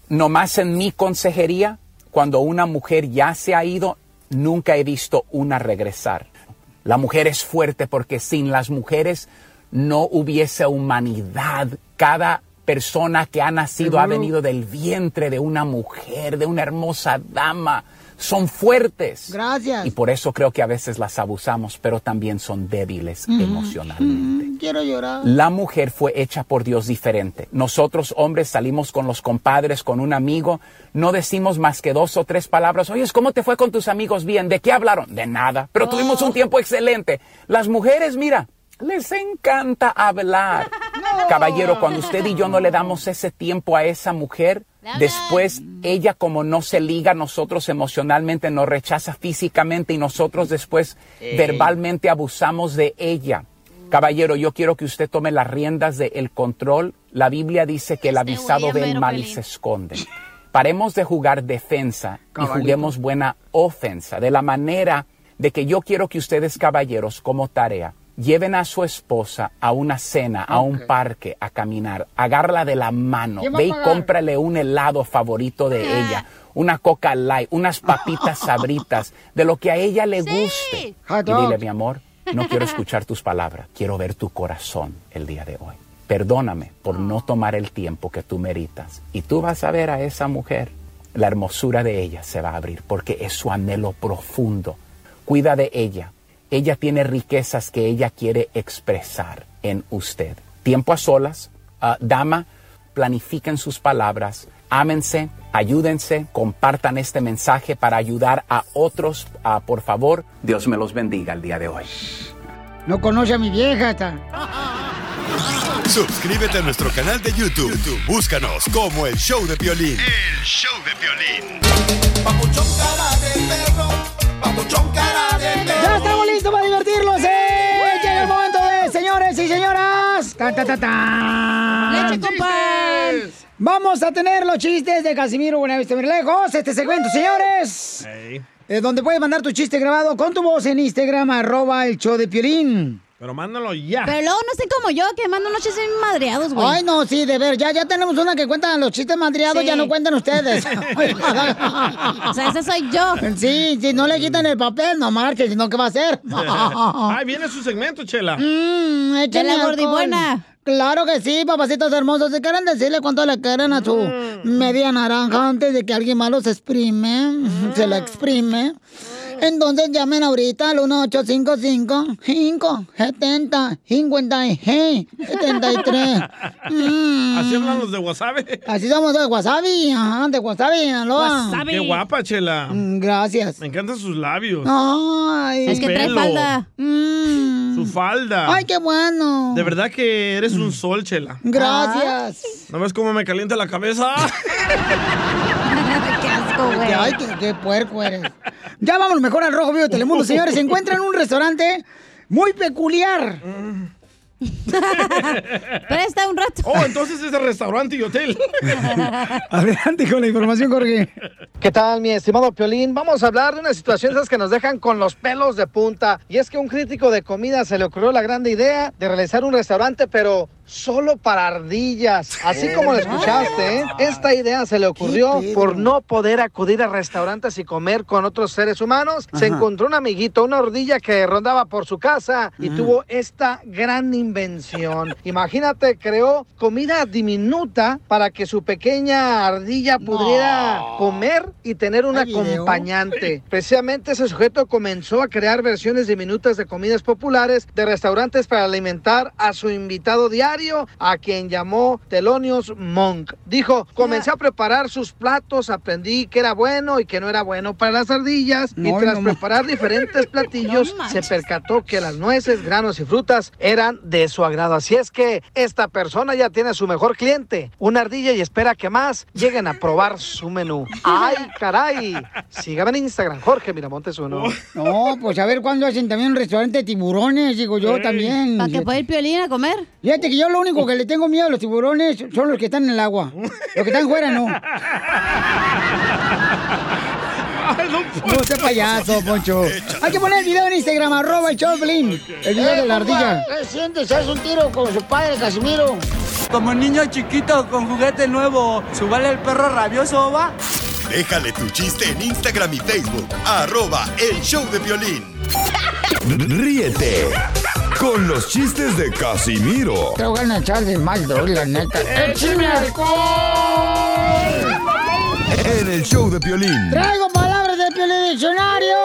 S11: Nomás en mi consejería, cuando una mujer ya se ha ido, nunca he visto una regresar. La mujer es fuerte porque sin las mujeres no hubiese humanidad. Cada persona que ha nacido ha venido del vientre de una mujer, de una hermosa dama. Son fuertes.
S2: Gracias.
S11: Y por eso creo que a veces las abusamos, pero también son débiles
S2: Ujú.
S11: emocionalmente.
S2: Mm, Quiero llorar.
S11: La mujer fue hecha por Dios diferente. Nosotros hombres salimos con los compadres, con un amigo, no decimos más que dos o tres palabras. Oye, ¿cómo te fue con tus amigos? Bien, ¿de qué hablaron? De nada, pero tuvimos un tiempo excelente. Las mujeres, mira, les encanta hablar. Caballero, cuando usted y yo no le damos ese tiempo a esa mujer, después ella como no se liga a nosotros emocionalmente, nos rechaza físicamente y nosotros después
S28: Eh.
S11: verbalmente abusamos de ella. Caballero, yo quiero que usted tome las riendas del control. La Biblia dice que el avisado ve el mal y se esconde. Paremos de jugar defensa
S28: Caballito.
S11: y juguemos buena ofensa, de la manera de que yo quiero que ustedes, caballeros, como tarea, lleven a su esposa a una cena, a un parque, a caminar, agárrala de la mano,
S28: ¿Quién va a
S11: ve y
S28: pagar?
S11: cómprale un helado favorito de ella, una coca light, unas papitas sabritas, de lo que a ella le guste.
S2: Hot
S11: Y dile,
S2: dog.
S11: mi amor, no quiero escuchar tus palabras, quiero ver tu corazón el día de hoy. Perdóname por no tomar el tiempo que tú meritas. Y tú vas a ver a esa mujer, la hermosura de ella se va a abrir porque es su anhelo profundo. Cuida de ella. Ella tiene riquezas que ella quiere expresar en usted. Tiempo a solas, ah, dama, planifiquen sus palabras, ámense, ayúdense, compartan este mensaje para ayudar a otros. Ah, por favor, Dios me los bendiga el día de hoy.
S2: No conoce a mi vieja. Está.
S4: Suscríbete a nuestro canal de YouTube. YouTube, Búscanos como el show de violín. El show de violín.
S2: Ya estamos listos para divertirlos. ¡eh! Llega el momento de señores y señoras. ¡Tan, tan, tan, tan!
S7: ¡Leche con pan!
S2: Vamos a tener los chistes de Casimiro Buenavista lejos Este segmento, señores. Eh, donde puedes mandar tu chiste grabado con tu voz en Instagram, arroba el show de Piolín.
S3: Pero mándalo ya.
S7: Pero luego no sé como yo, que mando noches bien madreados, güey.
S2: Ay, no, sí, de ver. Ya, ya tenemos una que cuenta los chistes madriados,
S7: Sí.
S2: ya no cuentan ustedes. o
S7: sea, ese soy yo.
S2: Sí, sí, no le quitan el papel, no marchen, sino ¿qué va a hacer?
S3: Ay, viene su segmento, Chela.
S2: Mm, échenle
S3: la
S2: alcohol.
S3: gordibuena.
S2: Claro que sí, papacitos hermosos. Si quieren decirle cuánto le quieren a su media naranja antes de que alguien más los exprime, se la exprime. Entonces llamen ahorita al 1855 570 56 73. Mm.
S3: Así hablan los de Wasabe.
S2: Así somos de Wasabi, ajá, de Wasabi, Sinaloa.
S3: Qué guapa, Chela.
S2: Mm, Gracias.
S3: Me encantan sus labios.
S2: Ay.
S3: Es que trae Pelo. falda.
S2: Mm.
S3: Su falda.
S2: Ay, qué bueno.
S3: Ah. De verdad que eres un sol, Chela. Ah.
S2: Gracias.
S3: ¿No ves cómo me calienta la cabeza?
S2: qué asco, güey. Ay, qué, qué puerco eres. Ya vámonos mejor al Rojo Vivo de Telemundo, señores. Se encuentra en un restaurante muy peculiar.
S7: Presta un rato.
S3: Oh, entonces es de restaurante y hotel.
S2: Adelante con la información, Jorge.
S5: ¿Qué tal, mi estimado Piolín? Vamos a hablar de una situación esas que nos dejan con los pelos de punta. Y es que a un crítico de comida se le ocurrió la grande idea de realizar un restaurante, pero solo para ardillas. Así como lo escuchaste, ¿eh? Esta idea se le ocurrió por no poder acudir a restaurantes y comer con otros seres humanos. Se
S27: Ajá.
S5: encontró un amiguito, una ardilla que rondaba por su casa y
S27: Ah.
S5: tuvo esta gran invención. Imagínate, creó comida diminuta para que su pequeña ardilla pudiera comer y tener un acompañante. Precisamente ese sujeto comenzó a crear versiones diminutas de comidas populares de restaurantes para alimentar a su invitado diario, a quien llamó Telonios Monk. Dijo, comencé a preparar sus platos, aprendí que era bueno y que no era bueno para las ardillas y
S27: No,
S5: tras
S27: no ma-
S5: preparar diferentes platillos se percató que las nueces, granos y frutas eran de su agrado. Así es que esta persona ya tiene a su mejor cliente, una ardilla y espera que más lleguen a probar su menú. ¡Ay, caray! Sígame en Instagram, Jorge Miramontes uno.
S2: No, pues a ver cuándo hacen también un restaurante de tiburones, digo yo
S5: Ey.
S2: también.
S5: ¿Para que
S2: pueda
S7: ir piolín a comer?
S2: Fíjate que yo yo lo único que le tengo miedo a los tiburones son los que están en el agua. Los que están fuera, no. No sea payaso, Poncho. Hay que poner el video en Instagram, arroba el Choplin. El video de la ardilla.
S1: ¿Qué sientes? ¿Haz un tiro con su padre, Casimiro?
S28: Como niño chiquito con juguete nuevo, ¿subale el perro rabioso, va?
S4: Déjale tu chiste en Instagram y Facebook. Arroba el show de violín.
S27: Ríete con los chistes de Casimiro
S2: Te voy a echar de mal, doy, la neta.
S1: ¡Écheme alcohol!
S2: Eh,
S27: en el show de violín.
S2: Traigo palabras del Piolín Diccionario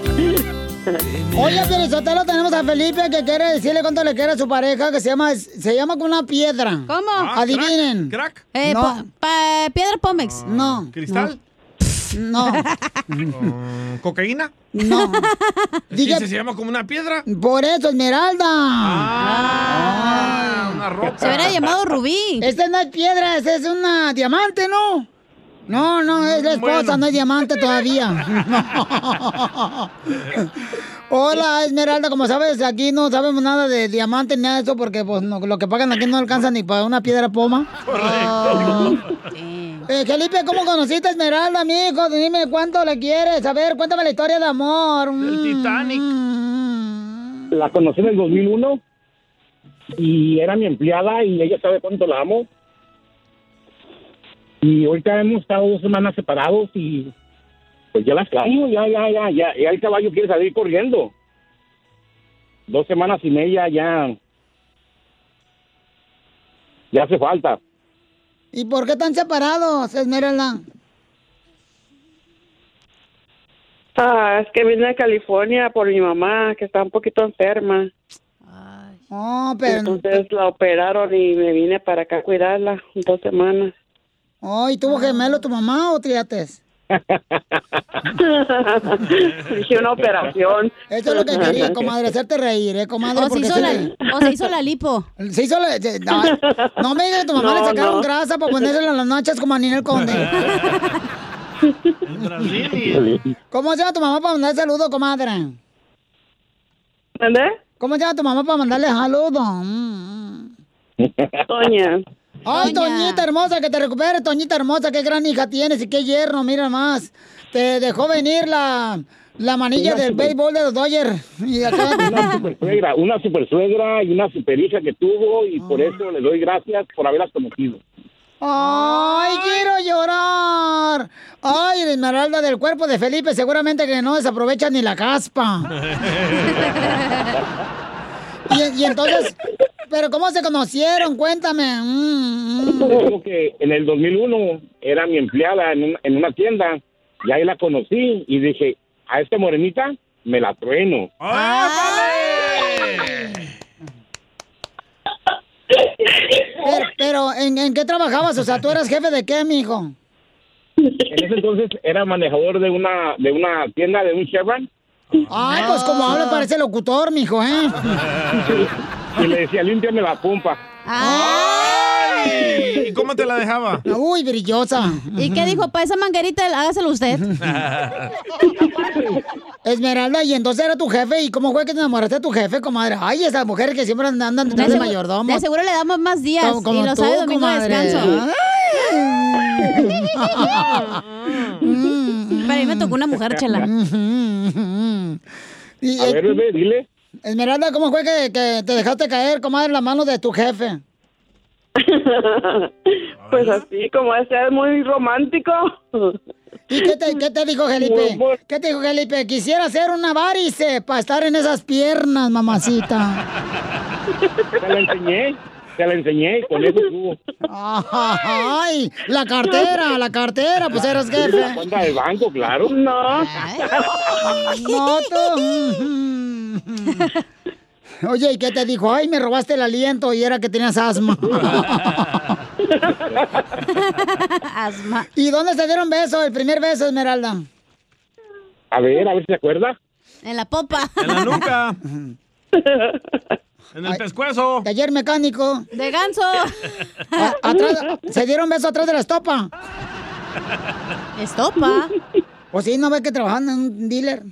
S2: Oye, Felizotelo, tenemos a Felipe que quiere decirle cuánto le quiere a su pareja, que se llama, se llama con una piedra.
S7: ¿Cómo?
S2: Adivinen.
S3: Ah, ¿Crack?
S7: Eh,
S2: No.
S7: po- pa- piedra Pómex.
S2: No.
S3: Ah, ¿Cristal?
S2: No.
S3: Oh, ¿Cocaína?
S2: No.
S3: ¿Sí
S2: Dije-
S3: se llama como una piedra?
S2: Por eso, Esmeralda. Ah.
S3: Una roca.
S2: Se hubiera llamado Rubí. Esta no es piedra, esta es una diamante, ¿no? No, no, es la esposa, no es diamante todavía. Hola, Esmeralda, como sabes, aquí no sabemos nada de diamante ni nada de eso porque pues, no- lo que pagan aquí no alcanza ni para una piedra poma. Oh, Eh, Felipe, ¿cómo conociste a Esmeralda, mijo? Dime cuánto le quieres. A ver, cuéntame la historia de amor. Mm. El Titanic.
S22: La conocí en el 2001 y era mi empleada y ella sabe cuánto la amo. Y ahorita hemos estado dos semanas separados y pues ya las extraño, ya, ya, ya, ya, ya el caballo quiere salir corriendo. Dos semanas sin ella ya, ya hace falta.
S2: ¿Y por qué están separados, Esmeralda?
S29: Ah, es que vine a California por mi mamá, que está un poquito enferma.
S2: Oh, pero...
S29: Entonces la operaron y me vine para acá a cuidarla dos semanas.
S2: Oh, ¿y tuvo gemelo tu mamá o triates?
S29: Dije una operación.
S2: Eso es lo que quería, comadre, hacerte reír, ¿eh, comadre?
S7: O se,
S2: Porque
S7: hizo
S2: sí
S7: la,
S2: le-
S7: o se hizo la lipo.
S2: Se hizo la... se- No, no me digas que tu mamá
S7: No,
S2: le sacaron
S7: no.
S2: grasa para ponérsela en las nachas como a Ninel Conde. ¿Cómo se llama tu mamá para mandar saludo, comadre?
S29: ¿Dónde?
S2: ¿Cómo se llama tu mamá para mandarle saludo? Mm.
S29: Toña.
S2: Ay, Toñita hermosa, que te recuperes, Toñita hermosa, qué gran hija tienes y qué yerno, mira más. Te dejó venir la, la manilla
S22: Una
S2: del
S22: super-
S2: béisbol de los Dodgers. Y acá
S22: Una super suegra, una super suegra y una super hija que tuvo y por eso le doy gracias por haberlas conocido.
S2: ¡Ay, quiero llorar! ¡Ay, la esmeralda del cuerpo de Felipe! Seguramente que no desaprovecha ni la caspa. Y, y entonces, ¿pero cómo se conocieron? Cuéntame. Mm, mm.
S22: Te digo que en el 2001 era mi empleada en, un- en una tienda y ahí la conocí y dije, a esta morenita me la trueno.
S2: Pero, pero, ¿en, en qué trabajabas? O sea, ¿tú eras jefe de qué, mijo?
S22: En ese entonces era manejador de una de una tienda de un Chevron
S2: Ay, pues como habla parece locutor, mijo, ¿eh?
S3: Ah.
S22: y le decía, límpiame la pompa.
S3: ¡Ay! ¿Y cómo te la dejaba?
S2: Uy, brillosa.
S7: ¿Y qué dijo? Para esa manguerita, hágaselo usted.
S2: Esmeralda, y entonces era tu jefe. ¿Y cómo fue que te enamoraste de tu jefe, comadre? Ay, esas mujeres que siempre andan andan detrás de
S7: segu-
S2: mayordomo.
S7: de seguro le damos más días
S2: Como- como
S7: y los
S2: tú,
S7: sábados y domingo de
S2: comadre.
S7: descanso. Pero a mí me tocó una mujer, chela.
S2: Y,
S22: A
S2: eh,
S22: ver, bebé, dile.
S2: Esmeralda, ¿cómo fue que, que te dejaste caer, comadre, en la mano de tu jefe?
S29: pues así, como ese es muy romántico.
S2: ¿Y qué te, qué te dijo Felipe? ¿Qué te dijo Felipe? Quisiera hacer una varice para estar en esas piernas, mamacita.
S22: Te la enseñé, te la enseñé, con eso estuvo.
S2: Ay, la cartera, la cartera, pues eras
S22: La
S2: jefe.
S22: cuenta del banco, claro.
S29: No.
S2: No, tú. Oye, ¿y qué te dijo? Ay, me robaste el aliento y era que tenías asma.
S7: asma.
S2: ¿Y dónde se dieron besos? El primer beso, Esmeralda.
S22: A ver, a ver si se acuerda.
S7: En la popa.
S3: Nunca. En el pescuezo.
S2: Taller mecánico.
S7: De ganso.
S2: A- atrás- se dieron besos atrás de la estopa.
S7: ¿Estopa?
S2: O si no ves que trabajan en un dealer.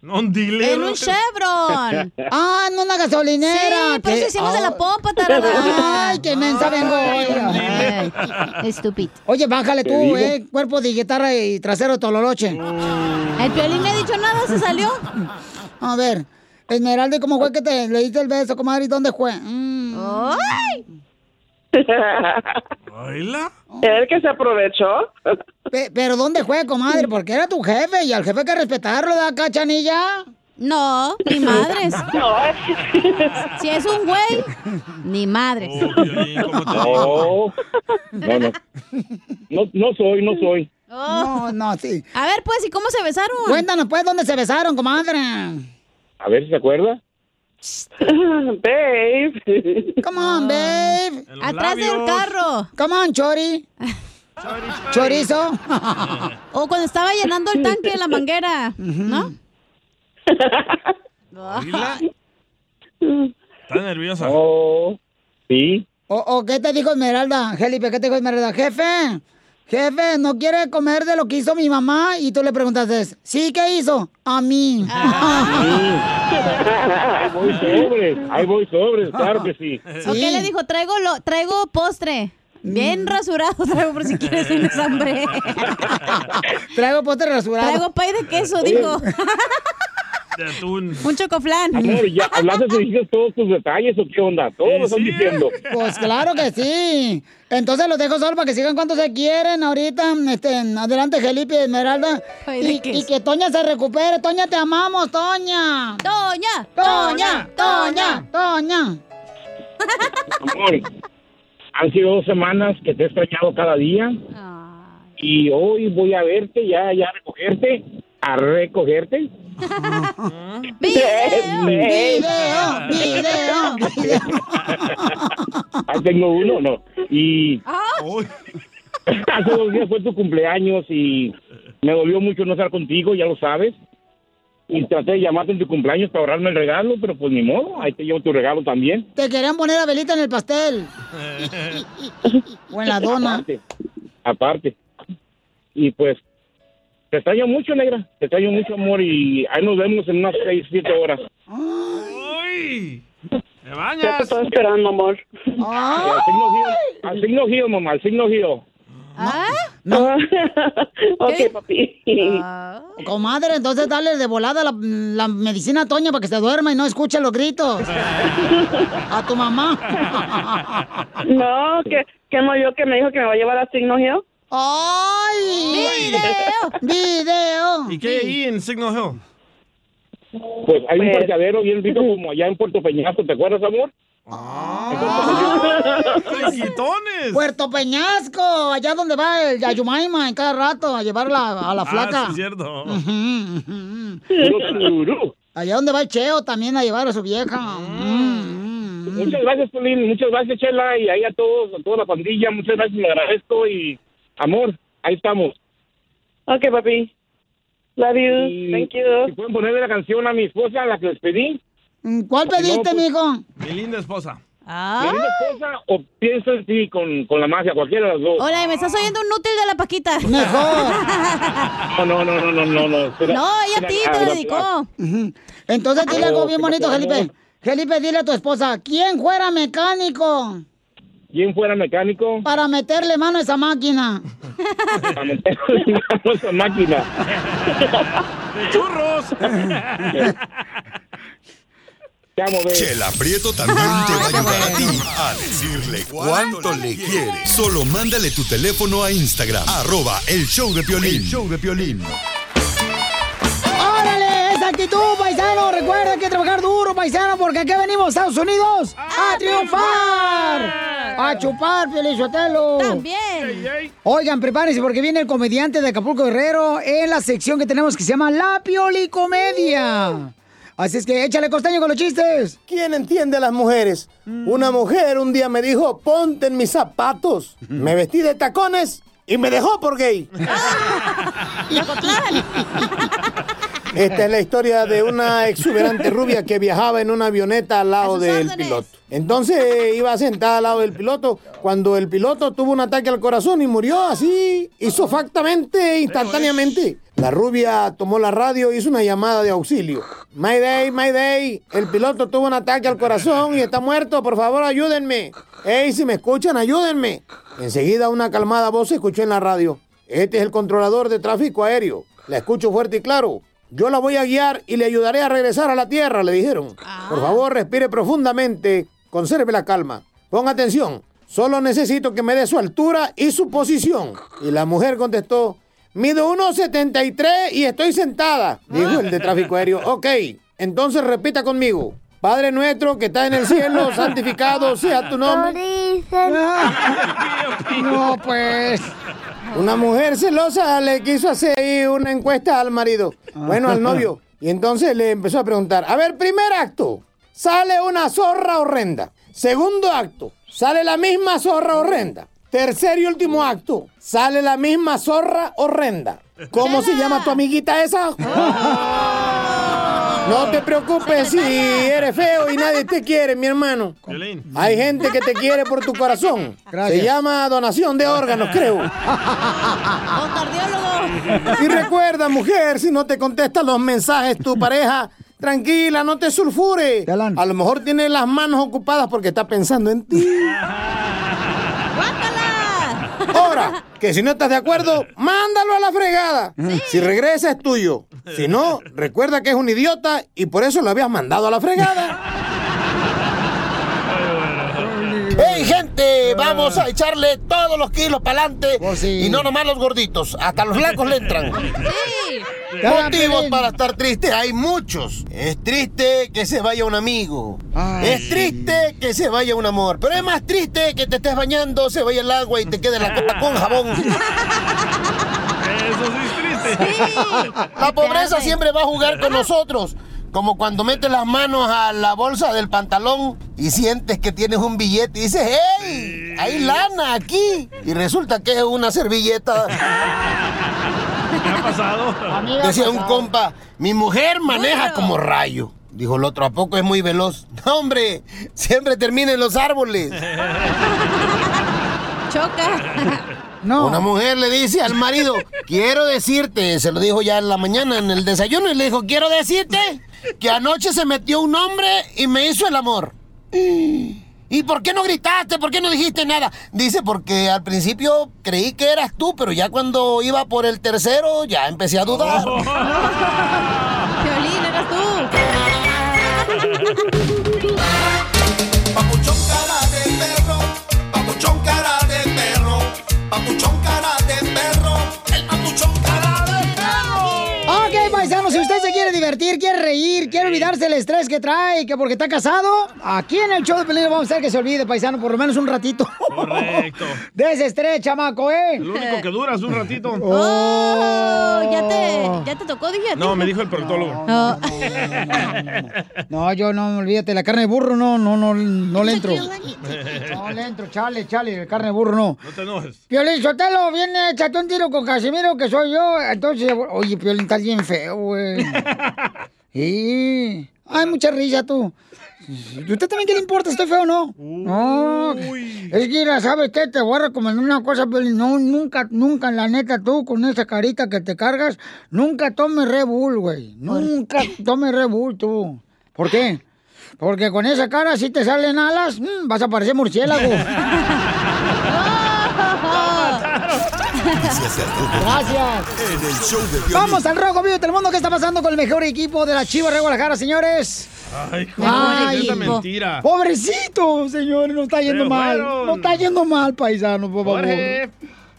S3: No, un dile.
S2: En un Chevron. Ah, en una gasolinera.
S7: Sí, por eso hicimos de la pompa,
S2: tarada. Ay, qué
S3: Ah,
S2: mensa vengo hoy.
S7: Estúpido.
S2: Oye, bájale
S7: Te digo.
S2: tú, eh. Cuerpo de guitarra y trasero de tololoche.
S7: El piolín no ha dicho nada, se salió.
S2: A ver, Esmeralda, ¿cómo fue que te le diste el beso, comadre? ¿Y dónde fue? Mm.
S7: ¡Ay!
S3: ¿Baila?
S29: ¿El que se aprovechó?
S2: pero ¿dónde fue, comadre? Porque era tu jefe y al jefe hay que respetarlo, ¿da cachanilla?
S7: No, ni madres.
S29: No.
S7: Si es un güey, ni madres. Oh.
S22: No. No, no. No, no soy, no soy.
S2: No, no, sí.
S7: A ver, pues, ¿y cómo se besaron?
S2: Cuéntanos, pues, ¿dónde se besaron, comadre?
S22: A ver si se acuerda.
S2: babe. Come on, babe.
S7: Atrás del carro.
S2: Come on, chori. Chorizo.
S7: o cuando estaba llenando el tanque de la manguera, ¿no?
S3: Está nerviosa.
S22: Oh, sí.
S2: ¿O, o qué te dijo Esmeralda, Angélipe? ¿Qué te dijo Esmeralda? Jefe, jefe, no quiere comer de lo que hizo mi mamá. Y tú le preguntaste, ¿sí qué hizo? A mí.
S7: Ah.
S22: Ahí voy sobres, ahí voy sobres, claro que sí.
S7: ¿O qué le dijo? Traigo, lo, traigo postre. Bien
S2: Mm.
S7: rasurado traigo por si quieres tienes hambre.
S2: traigo postre rasurado.
S7: Traigo pay de queso, dijo.
S3: De atún.
S7: Un chocoflán.
S22: Amor, ¿ya hablaste y dijiste todos tus detalles o qué onda? Todos lo están diciendo.
S2: Pues claro que sí. Entonces los dejo solo para que sigan cuando se quieren ahorita. Este, adelante, Felipe y Esmeralda. Y, y que Toña se recupere. Toña, te amamos, Toña.
S7: Toña,
S2: Toña, Toña, Toña.
S22: Amor, han sido dos semanas que te he extrañado cada día. Y hoy voy a verte, ya, ya a recogerte, a recogerte.
S1: Video, video, video.
S22: Ahí tengo uno, no. Y hace dos Ah, días fue tu cumpleaños y me dolió mucho no estar contigo, ya lo sabes. Y traté de llamarte en tu cumpleaños para ahorrarme el regalo, pero pues ni modo, ahí te llevo tu regalo también.
S2: Te querían poner a velita en el pastel. o en la dona.
S22: Aparte, aparte. Y pues, te extraño mucho, negra. Te extraño mucho, amor. Y ahí nos vemos en unas seis, siete horas.
S3: ¡Uy! ¡Te
S29: Ya
S3: bañas!
S29: te estaba esperando, amor.
S22: Al signo Gio- Al signo Gio, mamá, al signo Gio.
S29: ok, papi.
S2: Ah. Comadre, entonces dale de volada la, la medicina a Toña para que se duerma y no escuche los gritos. a tu mamá.
S29: No, que, que no yo que me dijo que me va a llevar a Signo Hill.
S2: ¡Ay! ¡Video! ¡Video!
S3: ¿Y qué hay ahí en Signal Hill?
S22: Pues hay un parqueadero bien rico como allá en Puerto Peñasco, ¿te acuerdas, amor?
S7: Ah.
S3: ¡Quitones!
S2: Puerto Peñasco, allá donde va el Yayumaima en cada rato a llevarla a la flaca.
S3: Ah, sí, es cierto.
S2: Allá donde va el Cheo también a llevar a su vieja. Mm.
S22: Muchas gracias, Polín. Muchas gracias, Chela. Y ahí a todos, a toda la pandilla. Muchas gracias, le agradezco. Y amor, ahí estamos.
S29: Ok, papi. Love you.
S22: Y
S29: Thank you.
S22: Si pueden ponerle la canción a mi esposa, la que les pedí.
S2: ¿Cuál
S22: pediste,
S2: mijo?
S3: Mi linda esposa.
S7: Ah.
S22: Mi linda esposa pues, o pienso en ti con, con la magia, cualquiera de las dos.
S7: Hola, me estás oyendo un útil de la Paquita.
S22: No, no, no, no, no, no. ah, No,
S7: Oh. No, ella a ti te la dedicó.
S2: Ujú. Entonces dile algo
S22: Oh,
S2: bien
S22: qué
S2: bonito,
S22: pasó,
S2: Felipe.
S22: amor.
S2: Felipe, dile a tu esposa, ¿quién fuera mecánico
S22: ¿Quién fuera mecánico?
S2: para meterle mano a esa máquina?
S22: Para meterle mano a esa máquina.
S3: ¡De churros!
S27: Chela Prieto también
S2: Ah,
S27: te va a ayudar a ti a decirle cuánto le quieres. Solo mándale tu teléfono a Instagram, arroba el show de Piolín. show de Piolín.
S2: ¡Órale! ¡Esa actitud, paisano! Recuerda que trabajar duro, paisano, porque aquí venimos, Estados Unidos, a, triunfar. A chupar, Felizotelo.
S7: También.
S2: Oigan, prepárense porque viene el comediante de Acapulco Guerrero en la sección que tenemos que se llama La Piolicomedia. Así es que échale costeño con los chistes.
S13: ¿Quién entiende a las mujeres? Una mujer un día me dijo, ponte en mis zapatos. Me vestí de tacones y me dejó por gay. Esta es la historia de una exuberante rubia que viajaba en una avioneta al lado del piloto. Entonces iba sentada al lado del piloto cuando el piloto tuvo un ataque al corazón y murió así, isofactamente, instantáneamente. La rubia tomó la radio y hizo una llamada de auxilio. Mayday, Mayday, el piloto tuvo un ataque al corazón y está muerto, por favor ayúdenme. Ey, si me escuchan, ayúdenme. Enseguida una calmada voz se escuchó en la radio. Este es el controlador de tráfico aéreo. La escucho fuerte y claro. Yo la voy a guiar y le ayudaré a regresar a la tierra, le dijeron. Por favor, respire profundamente, conserve la calma. Ponga atención, solo necesito que me dé su altura y su posición. Y la mujer contestó, mido 1,73 y estoy sentada, dijo el de tráfico aéreo. Ok, entonces repita conmigo. Padre nuestro que está en el cielo, santificado sea tu nombre.
S2: No, pues.
S13: Una mujer celosa le quiso hacer ahí una encuesta al marido, bueno, al novio. Y entonces le empezó a preguntar, a ver, primer acto, sale una zorra horrenda. Segundo acto, sale la misma zorra horrenda. Tercer y último acto, sale la misma zorra horrenda. ¿Cómo se llama tu amiguita esa? No te preocupes si eres feo y nadie te quiere, mi hermano. Hay gente que te quiere por tu corazón.
S1: Gracias.
S13: Se llama donación de órganos, creo. Y recuerda, mujer, si no te contesta los mensajes tu pareja, tranquila, no te sulfure. A lo mejor tiene las manos ocupadas porque está pensando en ti. Ahora, que si no estás de acuerdo, mándalo a la fregada. Si regresa es tuyo. Si no, recuerda que es un idiota y por eso lo habías mandado a la fregada.
S12: ¡Hey, gente! Vamos a echarle todos los kilos para adelante. Y no nomás los gorditos, hasta los blancos le entran. Motivos para estar triste hay muchos. Es triste que se vaya un amigo. es triste que se vaya un amor. Pero es más triste que te estés bañando, se vaya el agua y te quede la copa con jabón.
S1: Eso sí es
S12: La pobreza siempre va a jugar con nosotros. Como cuando metes las manos a la bolsa del pantalón y sientes que tienes un billete y dices, ¡hey! Hay lana aquí. Y resulta que es una servilleta. ¿Qué ha pasado?
S2: pues,
S12: Decía un compa, mi mujer maneja como rayo. Dijo el otro, ¿a poco es muy veloz? No, hombre, siempre termina en los árboles.
S7: Choca.
S12: Una mujer le dice al marido, quiero decirte, se lo dijo ya en la mañana en el desayuno y le dijo, quiero decirte que anoche se metió un hombre y me hizo el amor. ¿Y por qué no gritaste? ¿Por qué no dijiste nada? Dice, porque al principio creí que eras tú, pero ya cuando iba por el tercero ya empecé a dudar.
S7: Oh. Violín, eras tú.
S1: Papuchón cara de perro. Papuchón cara de perro. El papuchón cara de perro.
S2: Ok, paisano, si usted se quiere divertir, quiere reír, quiere olvidarse el estrés que trae, que porque está casado, aquí en el show de peligro vamos a hacer que se olvide, paisano, por lo menos un ratito.
S3: Correcto.
S2: De ese estrés, chamaco, ¿eh?
S3: Lo único que dura es un ratito.
S7: Oh, ya te, ya te tocó, dije.
S3: No, me dijo el proctólogo.
S2: No, No, yo no, olvídate, la carne de burro no, no, no, no le entro. No le entro, chale, chale, la carne de burro no.
S3: No te enojes.
S2: Piolín Sotelo, viene, échate un tiro con Casimiro, que soy yo. Entonces, oye, Piolín, estás bien feo, güey. Sí. Ay, mucha risa tú. ¿Y usted también qué le importa? ¿Estoy feo o no? No. Es que, mira, ¿sabes qué? Te voy a recomendar una cosa, Piolín. No, nunca, nunca, la neta, tú con esa carita que te cargas, nunca tomes Red Bull, güey. Nunca tomes Red Bull, tú. ¿Por qué? Porque con esa cara, si te salen alas, mm, vas a parecer murciélago. Gracias.
S27: En el show de Piolín.
S2: Vamos al Rojo Vivo del Mundo. ¿Qué está pasando con el mejor equipo de la Chivas de Guadalajara, señores?
S27: Ah,
S3: Ay, ¿cómo es esa mentira?
S2: Pobrecito, señor. No está yendo
S3: Ah. Se
S2: mal.
S3: fueron.
S2: No está yendo mal, paisano, por favor.
S5: Jorge.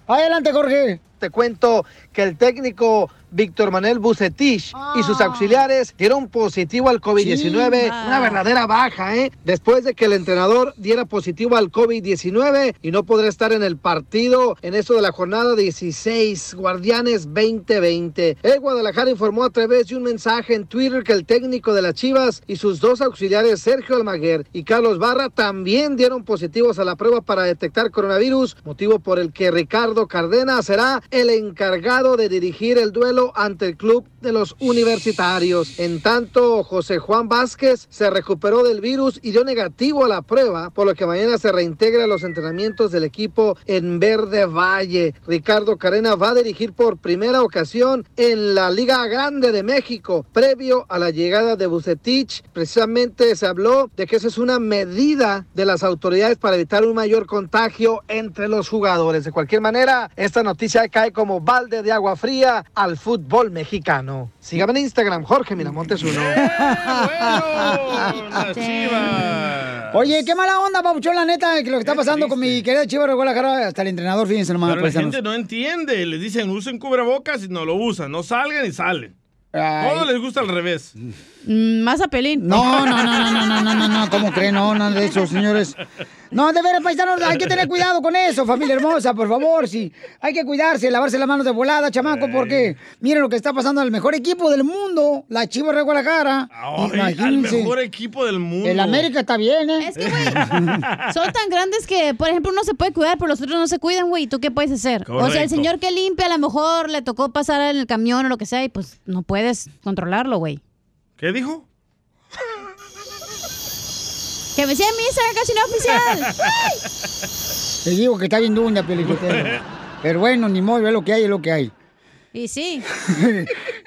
S2: Adelante, Jorge.
S5: Te cuento que el técnico Víctor Manuel Bucetich y
S27: Ah.
S5: sus auxiliares dieron positivo al COVID-19.
S1: Chimba.
S5: Una verdadera baja, ¿eh? Después de que el entrenador diera positivo al COVID-19 y no podrá estar en el partido en esto de la jornada 16, Guardianes 2020. El Guadalajara informó a través de un mensaje en Twitter que el técnico de las Chivas y sus dos auxiliares, Sergio Almaguer y Carlos Barra, también dieron positivos a la prueba para detectar coronavirus, motivo por el que Ricardo Cardena será el encargado de dirigir el duelo ante el club de los universitarios. En tanto, José Juan Vázquez se recuperó del virus y dio negativo a la prueba, por lo que mañana se reintegra a los entrenamientos del equipo en Verde Valle. Ricardo Carena va a dirigir por primera ocasión en la Liga Grande de México, previo a la llegada de Bucetich. Precisamente se habló de que esa es una medida de las autoridades para evitar un mayor contagio entre los jugadores. De cualquier manera, esta noticia cae como balde de agua fría al fútbol mexicano. Sígame en Instagram, Jorge Miramontes uno.
S2: Oye, qué mala onda, Papuchón, la neta, que lo que está pasando con mi querida Chivas de Guadalajara, hasta el entrenador, fíjense nomás,
S3: Pero la
S2: paisanos.
S3: gente no entiende. Les dicen usen cubrebocas y no lo usan. No salgan y salen. Todo les gusta al revés.
S7: Mm, Más a Pelín.
S2: No, no, no, no, no, no, no, no, no, ¿cómo creen? No, no, de esos señores. No, de veras, paisanos, hay que tener cuidado con eso, familia hermosa, por favor. Sí, hay que cuidarse, lavarse las manos de volada, chamaco, porque miren lo que está pasando al mejor equipo del mundo, la Chivas de Guadalajara.
S3: Ay, al mejor equipo del mundo.
S2: El América está bien, ¿eh?
S7: Es que, güey, son tan grandes que, por ejemplo, uno se puede cuidar, pero los otros no se cuidan, güey. ¿Y tú qué puedes hacer? O sea, el
S2: Correcto.
S7: señor que limpia, a lo mejor le tocó pasar en el camión o lo que sea, y pues no puedes controlarlo, güey.
S3: ¿Qué dijo?
S7: Que me sea misa, casi no oficial. ¡Ay!
S2: Te digo que está bien dunda, Piolicotero. Pero bueno, ni modo, es lo que hay, es lo que hay.
S7: Y sí.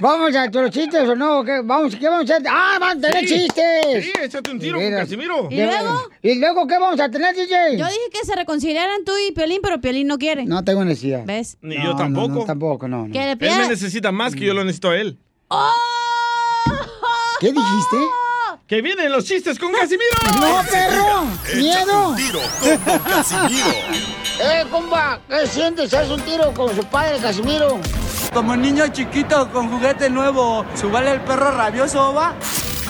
S2: ¿Vamos a los chistes o no? ¿Qué vamos, qué vamos a hacer? ¡Ah, van a tener
S3: Sí.
S2: chistes!
S3: Sí, échate un
S2: De
S3: tiro con
S2: veras.
S3: Casimiro.
S7: ¿Y luego?
S2: ¿Y luego qué vamos a tener, DJ?
S7: Yo dije que se reconciliaran tú y Piolín, pero Piolín no quiere.
S2: No tengo necesidad.
S7: ¿Ves?
S3: Ni
S2: No,
S3: yo
S2: no,
S3: tampoco.
S2: No, tampoco, no. no.
S7: Que ¡Oh! le
S3: Él me
S7: pida-
S3: necesita más que yo lo necesito a él.
S2: ¿Qué dijiste?
S3: Que vienen los chistes con Casimiro.
S2: ¡No, perro! ¡Miedo!
S3: un tiro
S2: con
S3: Casimiro.
S2: ¡Eh, compa! ¿Qué sientes? ¿Haz un tiro con su padre, Casimiro?
S23: Como niño chiquito con juguete nuevo, subale el perro rabioso, va.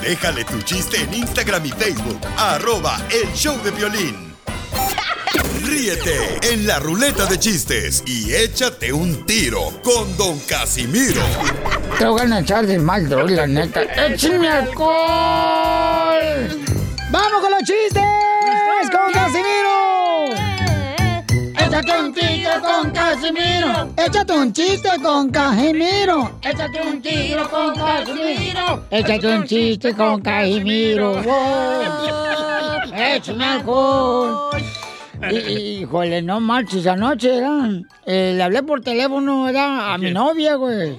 S4: Déjale tu chiste en Instagram y Facebook. Arroba el show de violín. Ríete en la ruleta de chistes y échate un tiro con Don Casimiro.
S2: Te voy a echar de mal, doy, la neta. ¡Eh, ¡Échame alcohol! ¡Vamos con los chistes! ¡Con Casimiro! ¡Échate un tiro con Casimiro! ¡Échate un chiste con Casimiro!
S1: Échate un tiro con Casimiro.
S2: ¡Échate un chiste con Casimiro! ¡Wow! ¡Échame alcohol! Hí- Híjole, no marches anoche, ¿verdad? Eh, le hablé por teléfono, ¿verdad? A mi novia, güey.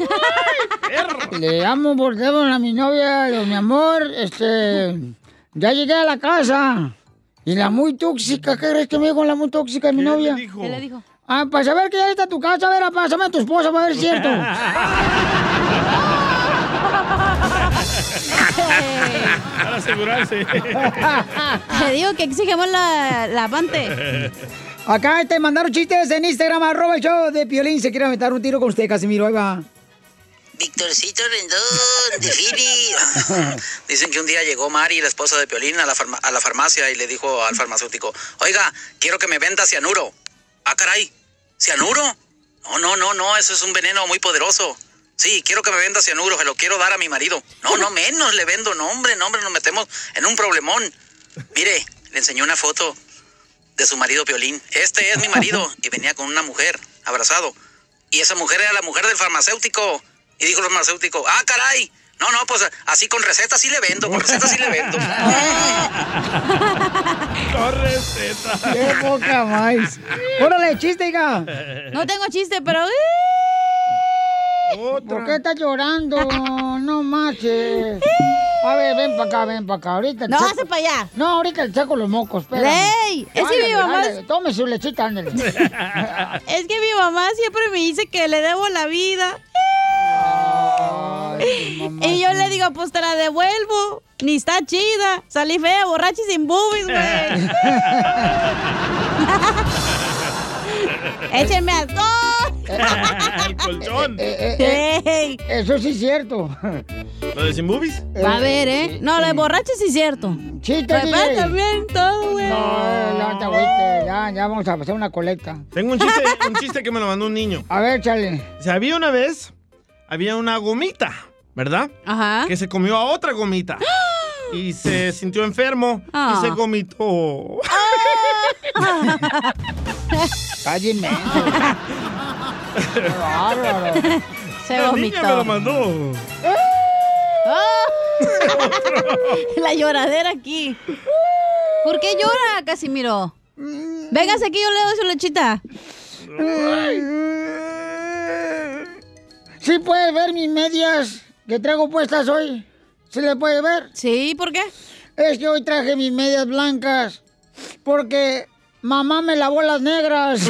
S2: Le llamo por teléfono a mi novia, digo, mi amor, este, ya llegué a la casa. Y la muy tóxica, ¿qué crees que me dijo la muy tóxica de mi novia?
S7: ¿Qué le dijo?
S2: Ah, para saber que ya está tu casa, a ver, pásame a tu esposa para ver si es cierto.
S3: Para asegurarse.
S7: Te Ah, digo que exigimos la, la avante.
S2: Acá te mandaron chistes en Instagram, arroba el show de Piolín. Se quiere meter un tiro con usted, Casimiro, ahí va.
S30: Víctorcito Rendón, de Philly. Dicen que un día llegó Mari, la esposa de Piolín, a la, farma- a la farmacia y le dijo al farmacéutico, oiga, quiero que me venda cianuro. Ah, caray, ¿cianuro? No, no, no, no, eso es un veneno muy poderoso. Sí, quiero que me venda cianuro, se lo quiero dar a mi marido. No, no, menos le vendo, no, hombre, no, hombre, nos metemos en un problemón. Mire, le enseñó una foto de su marido Piolín. Este es mi marido y venía con una mujer, abrazado. Y esa mujer era la mujer del farmacéutico. Y dijo el farmacéutico, ah, caray. No, no, pues así con recetas sí le vendo, con recetas sí le vendo.
S2: ¡Qué poca más! ¡Órale, chiste, hija!
S7: No tengo chiste, pero. ¡eh!
S2: ¿Por qué estás llorando? No marches. A ver, ven para acá, ven para acá. Ahorita.
S7: No, hace para allá.
S2: No, ahorita te saco los mocos, espérame.
S7: Ley, es que mi
S2: Ándale,
S7: mamá
S2: ándale, Tome su lechita, ándale.
S7: Es que mi mamá siempre me dice que le debo la vida. y yo le digo, pues te la devuelvo. Ni está chida. Salí fea, borracha y sin boobies, güey. Échenme alcohol.
S3: Al colchón.
S2: Eh, eh, eh, eso sí es cierto.
S3: ¿Lo de sin boobies?
S7: Va a ver, ¿eh? No, lo de borracha sí es cierto.
S2: Chiste,
S7: Papá
S2: DJ.
S7: también, todo, güey.
S2: No, no te agüites, ya, ya vamos a pasar una colecta.
S3: Tengo un chiste, un chiste que me lo mandó un niño.
S2: A ver, chale.
S3: O sea, había una vez, había una gomita, ¿verdad?
S7: Ajá.
S3: Que se comió a otra gomita. Y se sintió enfermo
S1: Ah.
S3: y se gomitó.
S2: Cálleme.
S7: Se
S3: La niña me lo
S7: vomitó.
S3: mandó.
S2: Eh.
S7: Ah. La lloradera aquí. ¿Por qué llora, Casimiro?
S2: Mm.
S7: Véngase aquí, yo le doy su lechita.
S2: ¿Sí puede ver mis medias que traigo puestas hoy? ¿Sí le puede ver?
S7: Sí, ¿por qué?
S2: Es que hoy traje mis medias blancas porque mamá me lavó las negras.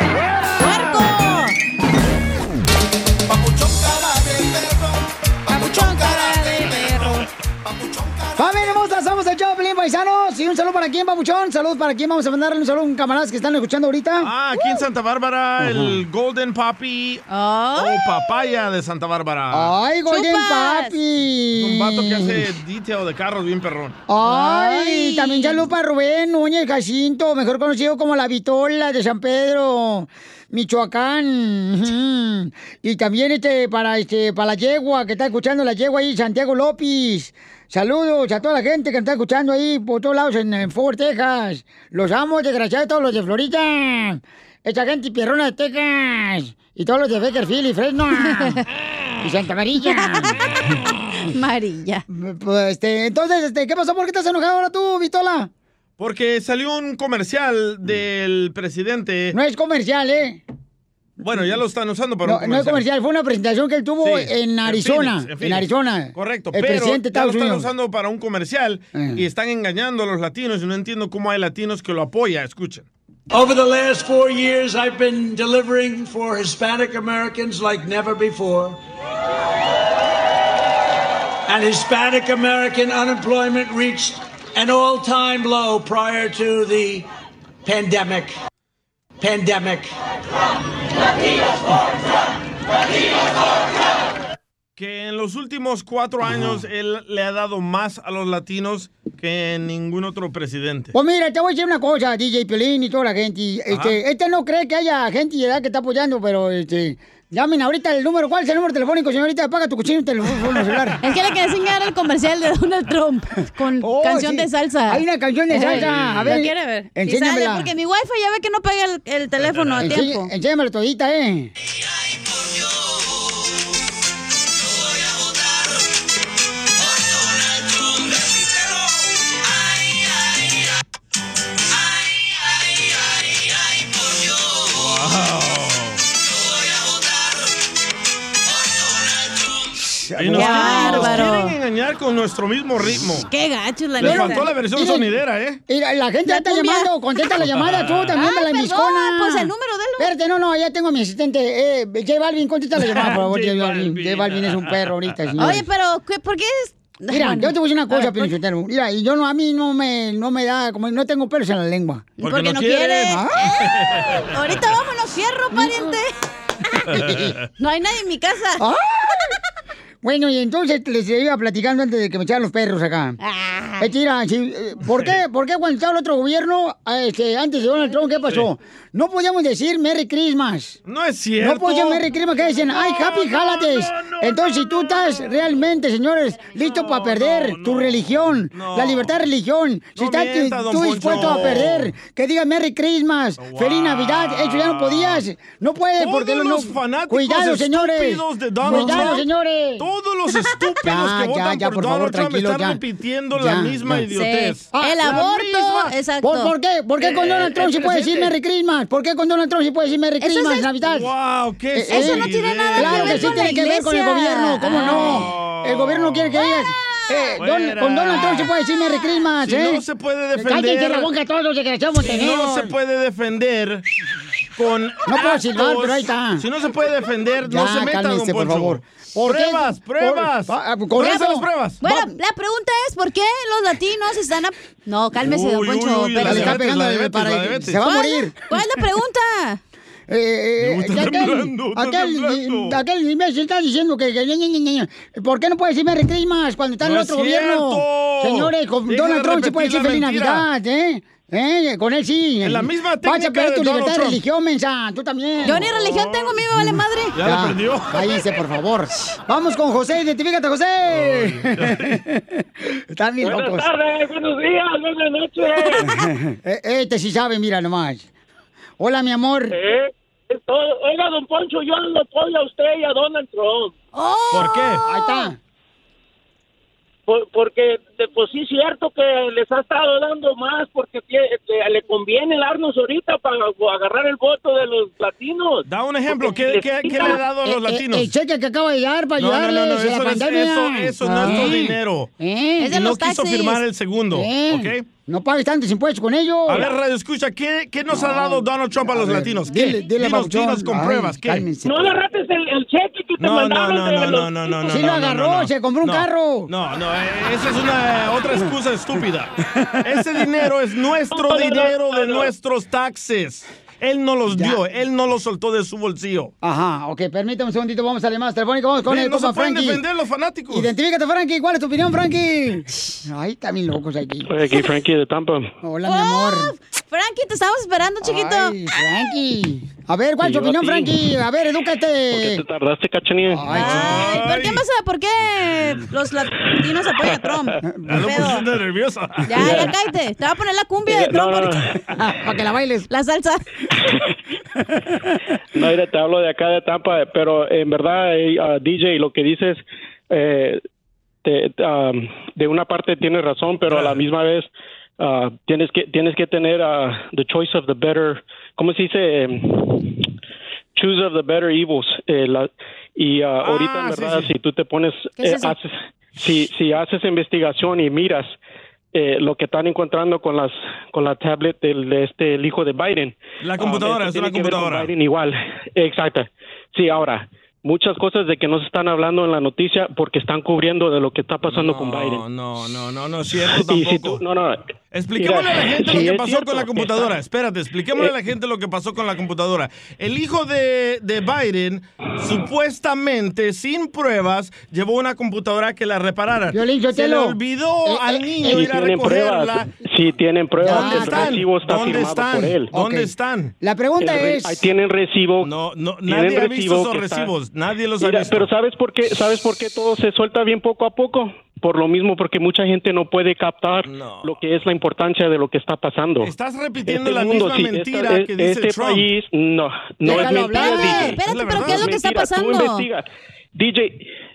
S2: Familia hermosa, somos el Choplin paisanos. Y un saludo para quién, Papuchón. Saludos para quién. Vamos a mandarle un saludo a un camaradas que están escuchando ahorita.
S3: Ah, aquí en Santa Bárbara, el Golden Papi o Papaya de Santa Bárbara.
S2: ¡Ay, Golden
S3: Chupas.
S2: Papi!
S3: Un vato que hace detail de carros bien perrón.
S2: Ay, también saludo para Rubén Núñez Jacinto, mejor conocido como La Vitola de San Pedro, Michoacán. Ujú. Y también este para este para la yegua que está escuchando la yegua ahí, Santiago López. Saludos a toda la gente que está escuchando ahí por todos lados en, en Fort Texas. Los amo, desgraciados, todos los de Florida. Esta gente pierrona de Texas. Y todos los de Bakerfield y Fresno. y Santa María. Amarilla. Pues, este, entonces, este, ¿qué pasó? ¿Por qué estás enojado ahora tú, Vitola?
S3: Porque salió un comercial del presidente.
S2: No es comercial, ¿eh?
S3: Bueno, ya lo están usando para
S2: No,
S3: un
S2: no es comercial, fue una presentación que él tuvo
S3: Sí,
S2: en Arizona.
S3: Phoenix,
S2: en,
S3: Phoenix.
S2: Arizona.
S3: Correcto,
S2: El
S3: pero
S2: presidente de
S3: ya lo
S2: Estados
S3: están
S2: Unidos. Eh.
S3: usando para un comercial y están engañando a los latinos y no entiendo cómo hay latinos que lo apoyan. Escuchen.
S8: Over the last four years, I've been delivering for Hispanic Americans like never before. And Hispanic American unemployment reached an all time low prior to the pandemic. Pandemic.
S3: Que en los últimos cuatro años él le ha dado más a los latinos que ningún otro presidente.
S2: Pues mira, te voy a decir una cosa, DJ Piolín y toda la gente. y,
S3: Ajá.
S2: Este, este no cree que haya gente de edad que está apoyando, pero este. Llamen ahorita el número. ¿Cuál es el número telefónico, señorita? Apaga tu cuchillo y teléfono celular.
S7: Es que le quería enseñar el comercial de Donald Trump con canción de salsa.
S2: Oh,
S7: Eh,
S2: Hay una canción de salsa. A ver,
S7: ¿La quiere ver? Si
S2: enséñamela.
S7: sale, porque mi wifi ya ve que no pega el, el teléfono a
S2: Enseñ-
S7: tiempo.
S2: Enséñamelo todita, ¿eh?
S3: Y nos
S7: ¡Qué
S3: quieren- nos
S7: bárbaro!
S3: quieren engañar con nuestro mismo ritmo.
S7: Qué gacho, la
S3: Les
S7: neta.
S3: faltó la versión
S7: Miren,
S3: sonidera, ¿eh?
S2: Y la, la gente ya está llamando, contesta la llamada tú también
S7: Ay,
S2: de la
S7: perdón,
S2: emiscona.
S7: pues el
S2: número de Espérate, no, no, ya tengo a mi asistente. Eh, J Balvin, contesta la llamada, por favor,
S7: J
S2: J Balvin. J Balvin es un perro ahorita, señor.
S7: Oye, pero ¿qué- ¿por qué es...?
S2: Mira,
S7: Bueno.
S2: yo te voy a decir una
S7: A
S2: cosa,
S7: ver, ¿por-
S2: Pelichotero. Mira, y yo no, a mí no me, no me da, como no tengo pelos en la lengua.
S7: Porque Porque no no quiere. quiere.
S2: Ah.
S7: Eh, Ahorita vámonos, fierro, pariente. No hay nadie en mi casa.
S2: Ah. Bueno, y entonces les iba platicando antes de que me echaran los perros acá.
S7: Ah.
S2: Es que, mira, si- eh, ¿por, qué, ¿por qué cuando estaba el otro gobierno, eh, este, antes de Donald Trump, qué pasó? No podíamos decir Merry Christmas.
S3: No es cierto.
S2: No podíamos Merry Christmas, que dicen, ay, Happy Holidays. entonces, si tú estás realmente, señores, listo para perder tu religión, la libertad de religión, si estás
S3: mienta,
S2: tú
S3: don
S2: tú
S3: Poncho. Oh,
S2: dispuesto a perder, que diga Merry Christmas, Feliz Navidad, eso ya no podías. No puedes,
S3: Todos
S2: porque no-
S3: los
S2: no-
S3: fanáticos
S2: Cuidado, señores.
S3: estúpidos de Donald
S2: Cuidado,
S3: Trump.
S2: señores.
S3: Todos los estúpidos que votan por Donald Trump están repitiendo la misma idiotez. Sí. El
S2: ah, la
S3: aborto,
S2: misma.
S3: exacto.
S2: ¿Por, por qué? ¿Por qué con
S3: Eh,
S2: Donald Trump
S3: el
S2: se puede decir Merry
S3: presidente.
S2: Christmas? ¿Por qué con Donald Trump se puede decir Merry
S3: Eso es
S2: Christmas,
S3: el-
S2: Navidad? Eh,
S3: Wow, qué eh.
S7: Eso no tiene nada que
S2: Claro
S7: ver
S2: que sí
S7: con la
S2: tiene que ver con el
S7: iglesia.
S2: gobierno, ¿cómo
S3: Ah.
S2: no? El gobierno no quiere que digas. eh, Don- con Donald Trump se puede decir Merry Christmas,
S3: Si
S2: ¿eh?
S3: no se puede defender-
S2: Cállense la boca todos, desgraciados
S3: Si no
S2: monteneros.
S3: se puede defender con No
S2: puedo silbar, pero ahí está.
S3: Si no se puede defender, no
S2: Ya,
S3: se meta, don
S2: cálmense, por
S3: Poncho.
S2: favor. ¿Por qué?
S3: pruebas,
S2: Por-
S3: pruebas.
S2: Ah, ah, correcto.
S3: Regresa las pruebas.
S7: Bueno, la pregunta es, ¿por qué los latinos están... a- No, cálmese,
S3: Uy,
S7: don Poncho.
S3: uy, uy, la
S7: espérate.
S3: diabetes, la diabetes,
S2: para-
S3: la diabetes.
S2: se va a
S7: ¿Cuál-
S2: morir.
S7: ¿Cuál es la pregunta?
S2: Eh, eh,
S7: está
S2: que aquel,
S7: temblando, está
S2: aquel,
S7: temblando.
S2: aquel imbécil está diciendo que, que- ña, ña, ña, ña. ¿por qué no puede decir Merry Christmas cuando está en
S1: No
S2: el
S1: es
S2: otro gobierno?
S1: cierto.
S2: Señores, con
S1: Deja
S2: Donald
S1: de
S2: Trump se puede
S1: repetir
S2: decir
S1: la
S2: Feliz
S1: mentira.
S2: Navidad, ¿eh? ¿Eh? Con él sí.
S1: En la misma
S2: Vas
S1: técnica
S2: a perder
S1: de
S2: tu
S1: Donald
S2: libertad de
S1: Trump.
S2: religión, mensa. Tú también.
S7: Yo ni religión tengo, a mí me vale madre.
S2: Ya, Cállense, por favor. Vamos con José. Identifícate, José. Están bien
S1: Buenas
S2: locos.
S1: tardes, buenos días, buenas noches.
S2: Eh, este sí sabe, mira nomás. Hola, mi amor.
S1: ¿Eh? Todo- Oiga, don Poncho, yo lo apoyo a usted y a Donald Trump.
S2: ¿Por qué? Ahí está.
S1: porque, de- pues sí, es cierto que les ha estado dando más porque tie-
S9: este, le conviene darnos ahorita para agarrar el voto de los latinos.
S3: Da un ejemplo, ¿qué, qué, qué le ha dado a los
S2: Eh, eh,
S3: latinos?
S2: El cheque que acaba de llegar para
S3: No, no,
S2: ayudarles
S3: no, no,
S2: a la
S3: eso, es-
S2: pandemia.
S3: eso- eso no es
S2: Ah.
S3: tu dinero.
S2: Eh.
S3: Y no quiso firmar el segundo,
S2: Eh.
S3: ¿ok?
S2: No pagues tantos impuestos con ellos.
S3: A ver, Radio Escucha, ¿qué, qué nos ha dado Donald Trump a, los latinos? ¿Qué?
S2: dile, dile,
S3: dinos,
S2: babuchón.
S3: dinos con
S2: Ay,
S3: pruebas, ¿qué?
S2: cálmense.
S9: No agarraste el, el cheque que te
S3: No, no,
S9: mandaron.
S3: no,
S9: de
S3: no,
S9: los
S3: no, no, no, no.
S9: chicos.
S2: Sí lo agarró, se compró un
S3: No,
S2: carro.
S3: No, no, eh, esa es una eh, otra excusa estúpida. Ese dinero es nuestro dinero de nuestros taxes. Él no los dio, él no los soltó de su bolsillo.
S2: Ajá, ok, permítame un segundito, vamos al más telefónico, vamos con
S3: Ven,
S2: el
S3: no
S2: compa
S3: se pueden
S2: Frankie.
S3: defender los fanáticos.
S2: Identifícate, Frankie, ¿cuál es tu opinión, Frankie? Ay, también locos aquí.
S31: Oye, aquí Frankie de Tampa.
S2: Hola, mi amor.
S7: Frankie, te estamos esperando, chiquito.
S2: Ay, Frankie. A ver, ¿cuál es tu
S31: Y yo a
S2: opinión,
S31: ti.
S2: Frankie? A ver,
S31: ¿Qué
S2: edúcate.
S31: te tardaste, cachanía?
S7: Ay, ¿por qué pasa? ¿Por qué los latinos apoyan a Trump?
S31: lo pusiste
S3: nerviosa.
S7: Ya, ya cállate. Te va a poner la cumbia de Trump para
S2: que la bailes.
S7: La salsa.
S31: No, mira, te hablo de acá de Tampa, pero en verdad, eh, ah, DJ, lo que dices eh, te- te, am, de una parte tienes razón, pero a la misma vez ah, tienes que tienes que tener ah, the choice of the better, ¿cómo se dice? Em, Choose of the better evils. eh, la- y ah, ahorita, en
S3: sí,
S31: verdad,
S3: sí.
S31: si tú te pones,
S3: ¿Qué es
S31: eh,
S3: eso?
S31: haces- si, si haces investigación y miras eh, lo que están encontrando con las con la tablet del de este el hijo de Biden.
S3: La computadora,
S31: Ah,
S3: es
S31: esto
S3: una
S31: tiene que ver con
S3: computadora.
S31: Biden igual, exacto. Sí, ahora, muchas cosas de que no se están hablando en la noticia porque están cubriendo de lo que está pasando con
S3: No,
S31: Biden.
S3: no, no, no, no es cierto
S31: Y si
S3: tampoco.
S31: tú- no, no.
S3: Expliquémosle a la
S31: Mira,
S3: gente
S31: sí,
S3: lo que
S31: es
S3: pasó
S31: cierto,
S3: con la computadora.
S31: está-
S3: Espérate, expliquémosle a la
S31: Eh,
S3: gente lo que pasó con la computadora. El hijo de, de Biden, supuestamente, sin pruebas, llevó una computadora que la repararan. Se le
S31: Sotelo.
S3: olvidó
S31: Eh,
S3: al niño
S31: si
S3: ir a
S31: tienen
S3: recogerla.
S31: pruebas, si tienen pruebas,
S3: ¿Dónde
S31: el
S3: están?
S31: recibo está
S3: ¿Dónde
S31: firmado
S3: están?
S31: por él.
S3: ¿Dónde
S31: Ok.
S3: están?
S2: La pregunta
S31: El re-
S2: es...
S31: Ahí tienen recibo.
S3: No, no,
S31: tienen
S3: nadie ha visto
S31: recibo
S3: esos
S31: que está-
S3: recibos, nadie los ha
S31: Mira,
S3: visto.
S31: Pero ¿sabes por qué? ¿Sabes por qué todo se suelta bien poco a poco? Por lo mismo, porque mucha gente no puede captar lo que es la importancia de lo que está pasando.
S3: Estás repitiendo
S31: Este
S3: la
S31: mundo,
S3: misma
S31: sí,
S3: mentira
S31: esta-
S3: que dice
S31: este
S3: Trump.
S31: país no, no
S3: Déjalo
S31: es mentira,
S3: hablar.
S31: DJ.
S7: Espérate, pero ¿qué es lo que está
S31: mentira, tú
S7: pasando?
S31: investiga. DJ,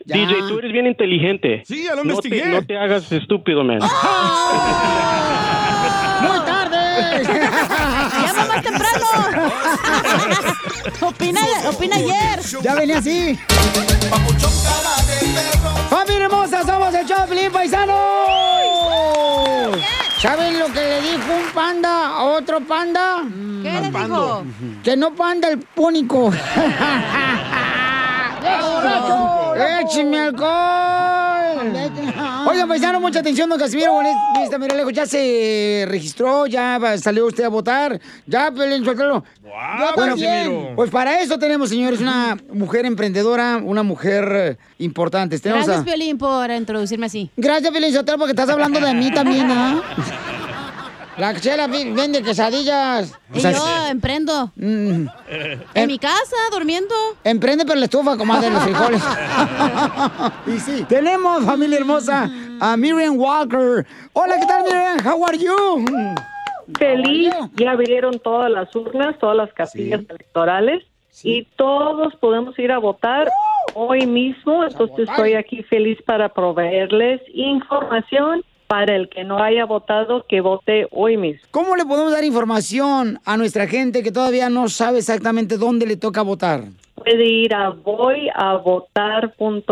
S31: DJ, tú eres bien inteligente.
S3: Sí, ya lo
S31: no te,
S3: investigué.
S31: no te hagas estúpido, man.
S2: ¡Muy tarde! ¡Ya
S7: Ah. más temprano! opina, opina ayer.
S2: Ya venía así. ¡Familia hermosa! ¡Somos el show de Piolín, Paisanos! ¿Saben lo que le dijo un panda a otro panda?
S7: ¿Qué le dijo?
S2: Que no panda el púnico. ¡Écheme alcohol! Oigan, paisano, mucha atención, don Casimiro. Bueno, es- esta, mira, lejos, ya se registró, ya va- salió usted a votar. Ya, Pelín, suéltalo.
S1: Guau, Casimiro.
S2: pues para eso tenemos, señores, una mujer emprendedora, una mujer eh, importante. Tenemos
S7: Gracias,
S2: a-
S7: Piolín, por introducirme así.
S2: Gracias, Pelín, Sotelo, porque estás hablando de mí también, ¿ah? La chela vi- vende quesadillas.
S7: Y yo emprendo.
S2: Mm.
S7: En mi casa, durmiendo.
S2: Emprende pero la estufa, comadre, los frijoles. y sí. Tenemos, familia hermosa, a Miriam Walker. Hola, ¿qué tal, Miriam? How are you?
S32: Mm. Feliz, ya abrieron todas las urnas, todas las casillas electorales y todos podemos ir a votar hoy mismo. Entonces estoy aquí feliz para proveerles información para el que no haya votado, que vote hoy mismo.
S2: ¿Cómo le podemos dar información a nuestra gente que todavía no sabe exactamente dónde le toca votar?
S32: Puede ir a voyavotar.com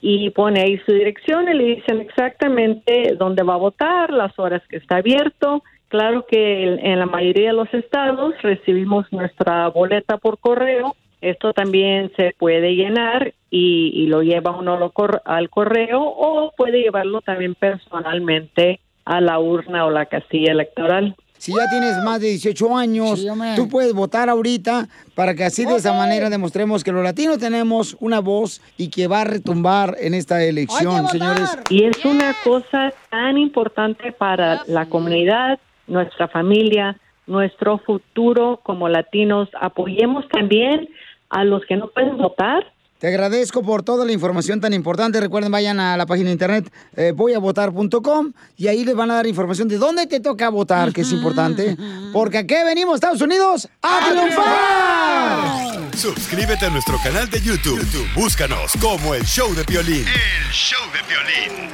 S32: y pone ahí su dirección y le dicen exactamente dónde va a votar, las horas que está abierto. Claro que en- en la mayoría de los estados recibimos nuestra boleta por correo. Esto también se puede llenar y, y lo lleva uno a lo cor- al correo o puede llevarlo también personalmente a la urna o la casilla electoral.
S2: Si ya tienes más de 18 años, tú puedes votar ahorita para que así de esa manera demostremos que los latinos tenemos una voz y que va a retumbar en esta elección, señores.
S32: Y es una cosa tan importante para la comunidad, nuestra familia, nuestro futuro como latinos. Apoyemos también a los que no pueden votar.
S2: Te agradezco por toda la información tan importante. Recuerden, vayan a la página de internet eh, voyavotar.com y ahí les van a dar información de dónde te toca votar, que es importante. Porque aquí venimos, Estados Unidos, a triunfar.
S4: Suscríbete a nuestro canal de YouTube. YouTube, Búscanos como el show de Piolín.
S27: El show de violín.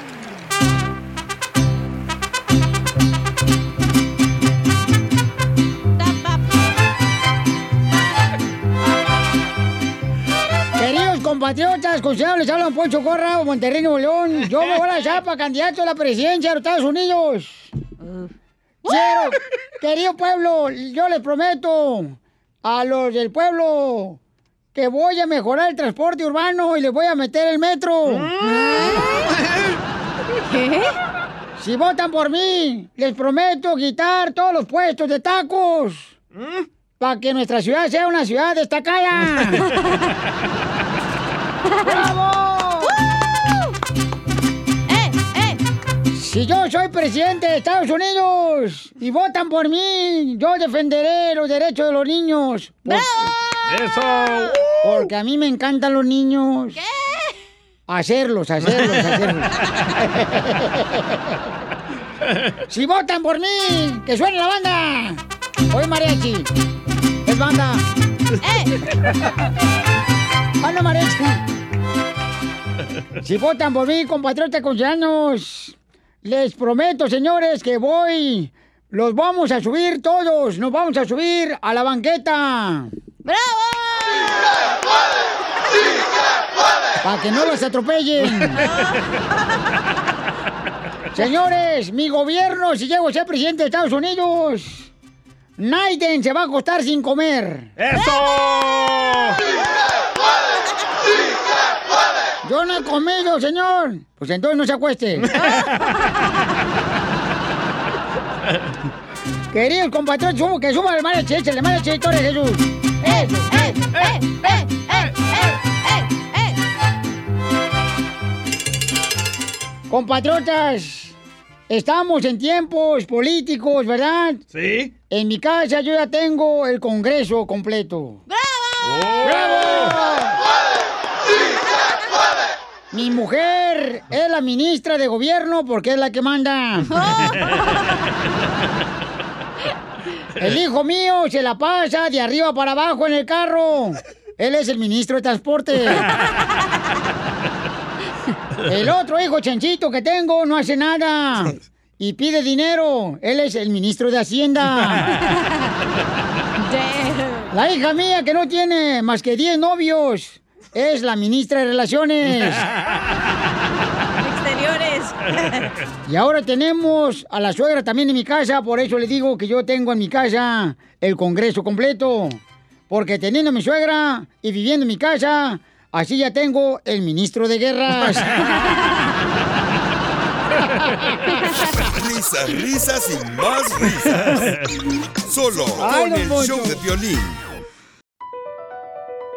S2: compatriotas, consejos, les hablan Poncho Corra, o Monterrey, Nuevo León. Yo me voy a la chapa, candidato a la presidencia de los Estados Unidos. Quiero, querido pueblo, yo les prometo a los del pueblo que voy a mejorar el transporte urbano y les voy a meter el metro. ¿Qué? Si votan por mí, les prometo quitar todos los puestos de tacos. Para que nuestra ciudad sea una ciudad destacada. ¡Bravo! Si yo soy presidente de Estados Unidos y votan por mí, yo defenderé los derechos de los niños. ¡Bravo!
S1: ¡Eso!
S2: Porque a mí me encantan los niños. ¿Qué? Hacerlos, hacerlos, hacerlos. si votan por mí, que suene la banda. Hoy mariachi. Es banda. ¡Ah, no, mariachi! Si votan por mí, compatriotas conciudadanos, les prometo, señores, que voy. Los vamos a subir todos. Nos vamos a subir a la banqueta.
S7: ¡Bravo!
S2: Para que no los atropellen. Señores, mi gobierno, si llego a ser presidente de Estados Unidos, Naiden se va a acostar sin comer.
S1: ¡Eso!
S2: Yo no he comido, señor. Pues entonces no se acueste. Queridos compatriotas, subo- que suba el mariachi, échale mariachi, Victoria Jesús. Eso, eso, eso, Compatriotas, estamos en tiempos políticos, ¿verdad?
S1: Sí.
S2: En mi casa yo ya tengo el Congreso completo. ¡Bravo! Mi mujer es la ministra de gobierno porque es la que manda. El hijo mío se la pasa de arriba para abajo en el carro. Él es el ministro de transporte. El otro hijo chanchito que tengo no hace nada y pide dinero. Él es el ministro de Hacienda. La hija mía que no tiene más que 10 novios es la ministra de Relaciones.
S7: Exteriores.
S2: Y ahora tenemos a la suegra también en mi casa, por eso le digo que yo tengo en mi casa el Congreso completo. Porque teniendo a mi suegra y viviendo en mi casa, así ya tengo el ministro de guerras.
S4: Risas, risas y más risas. Solo
S33: Ay,
S4: con
S33: don
S4: el
S33: Poncho.
S4: show de violín.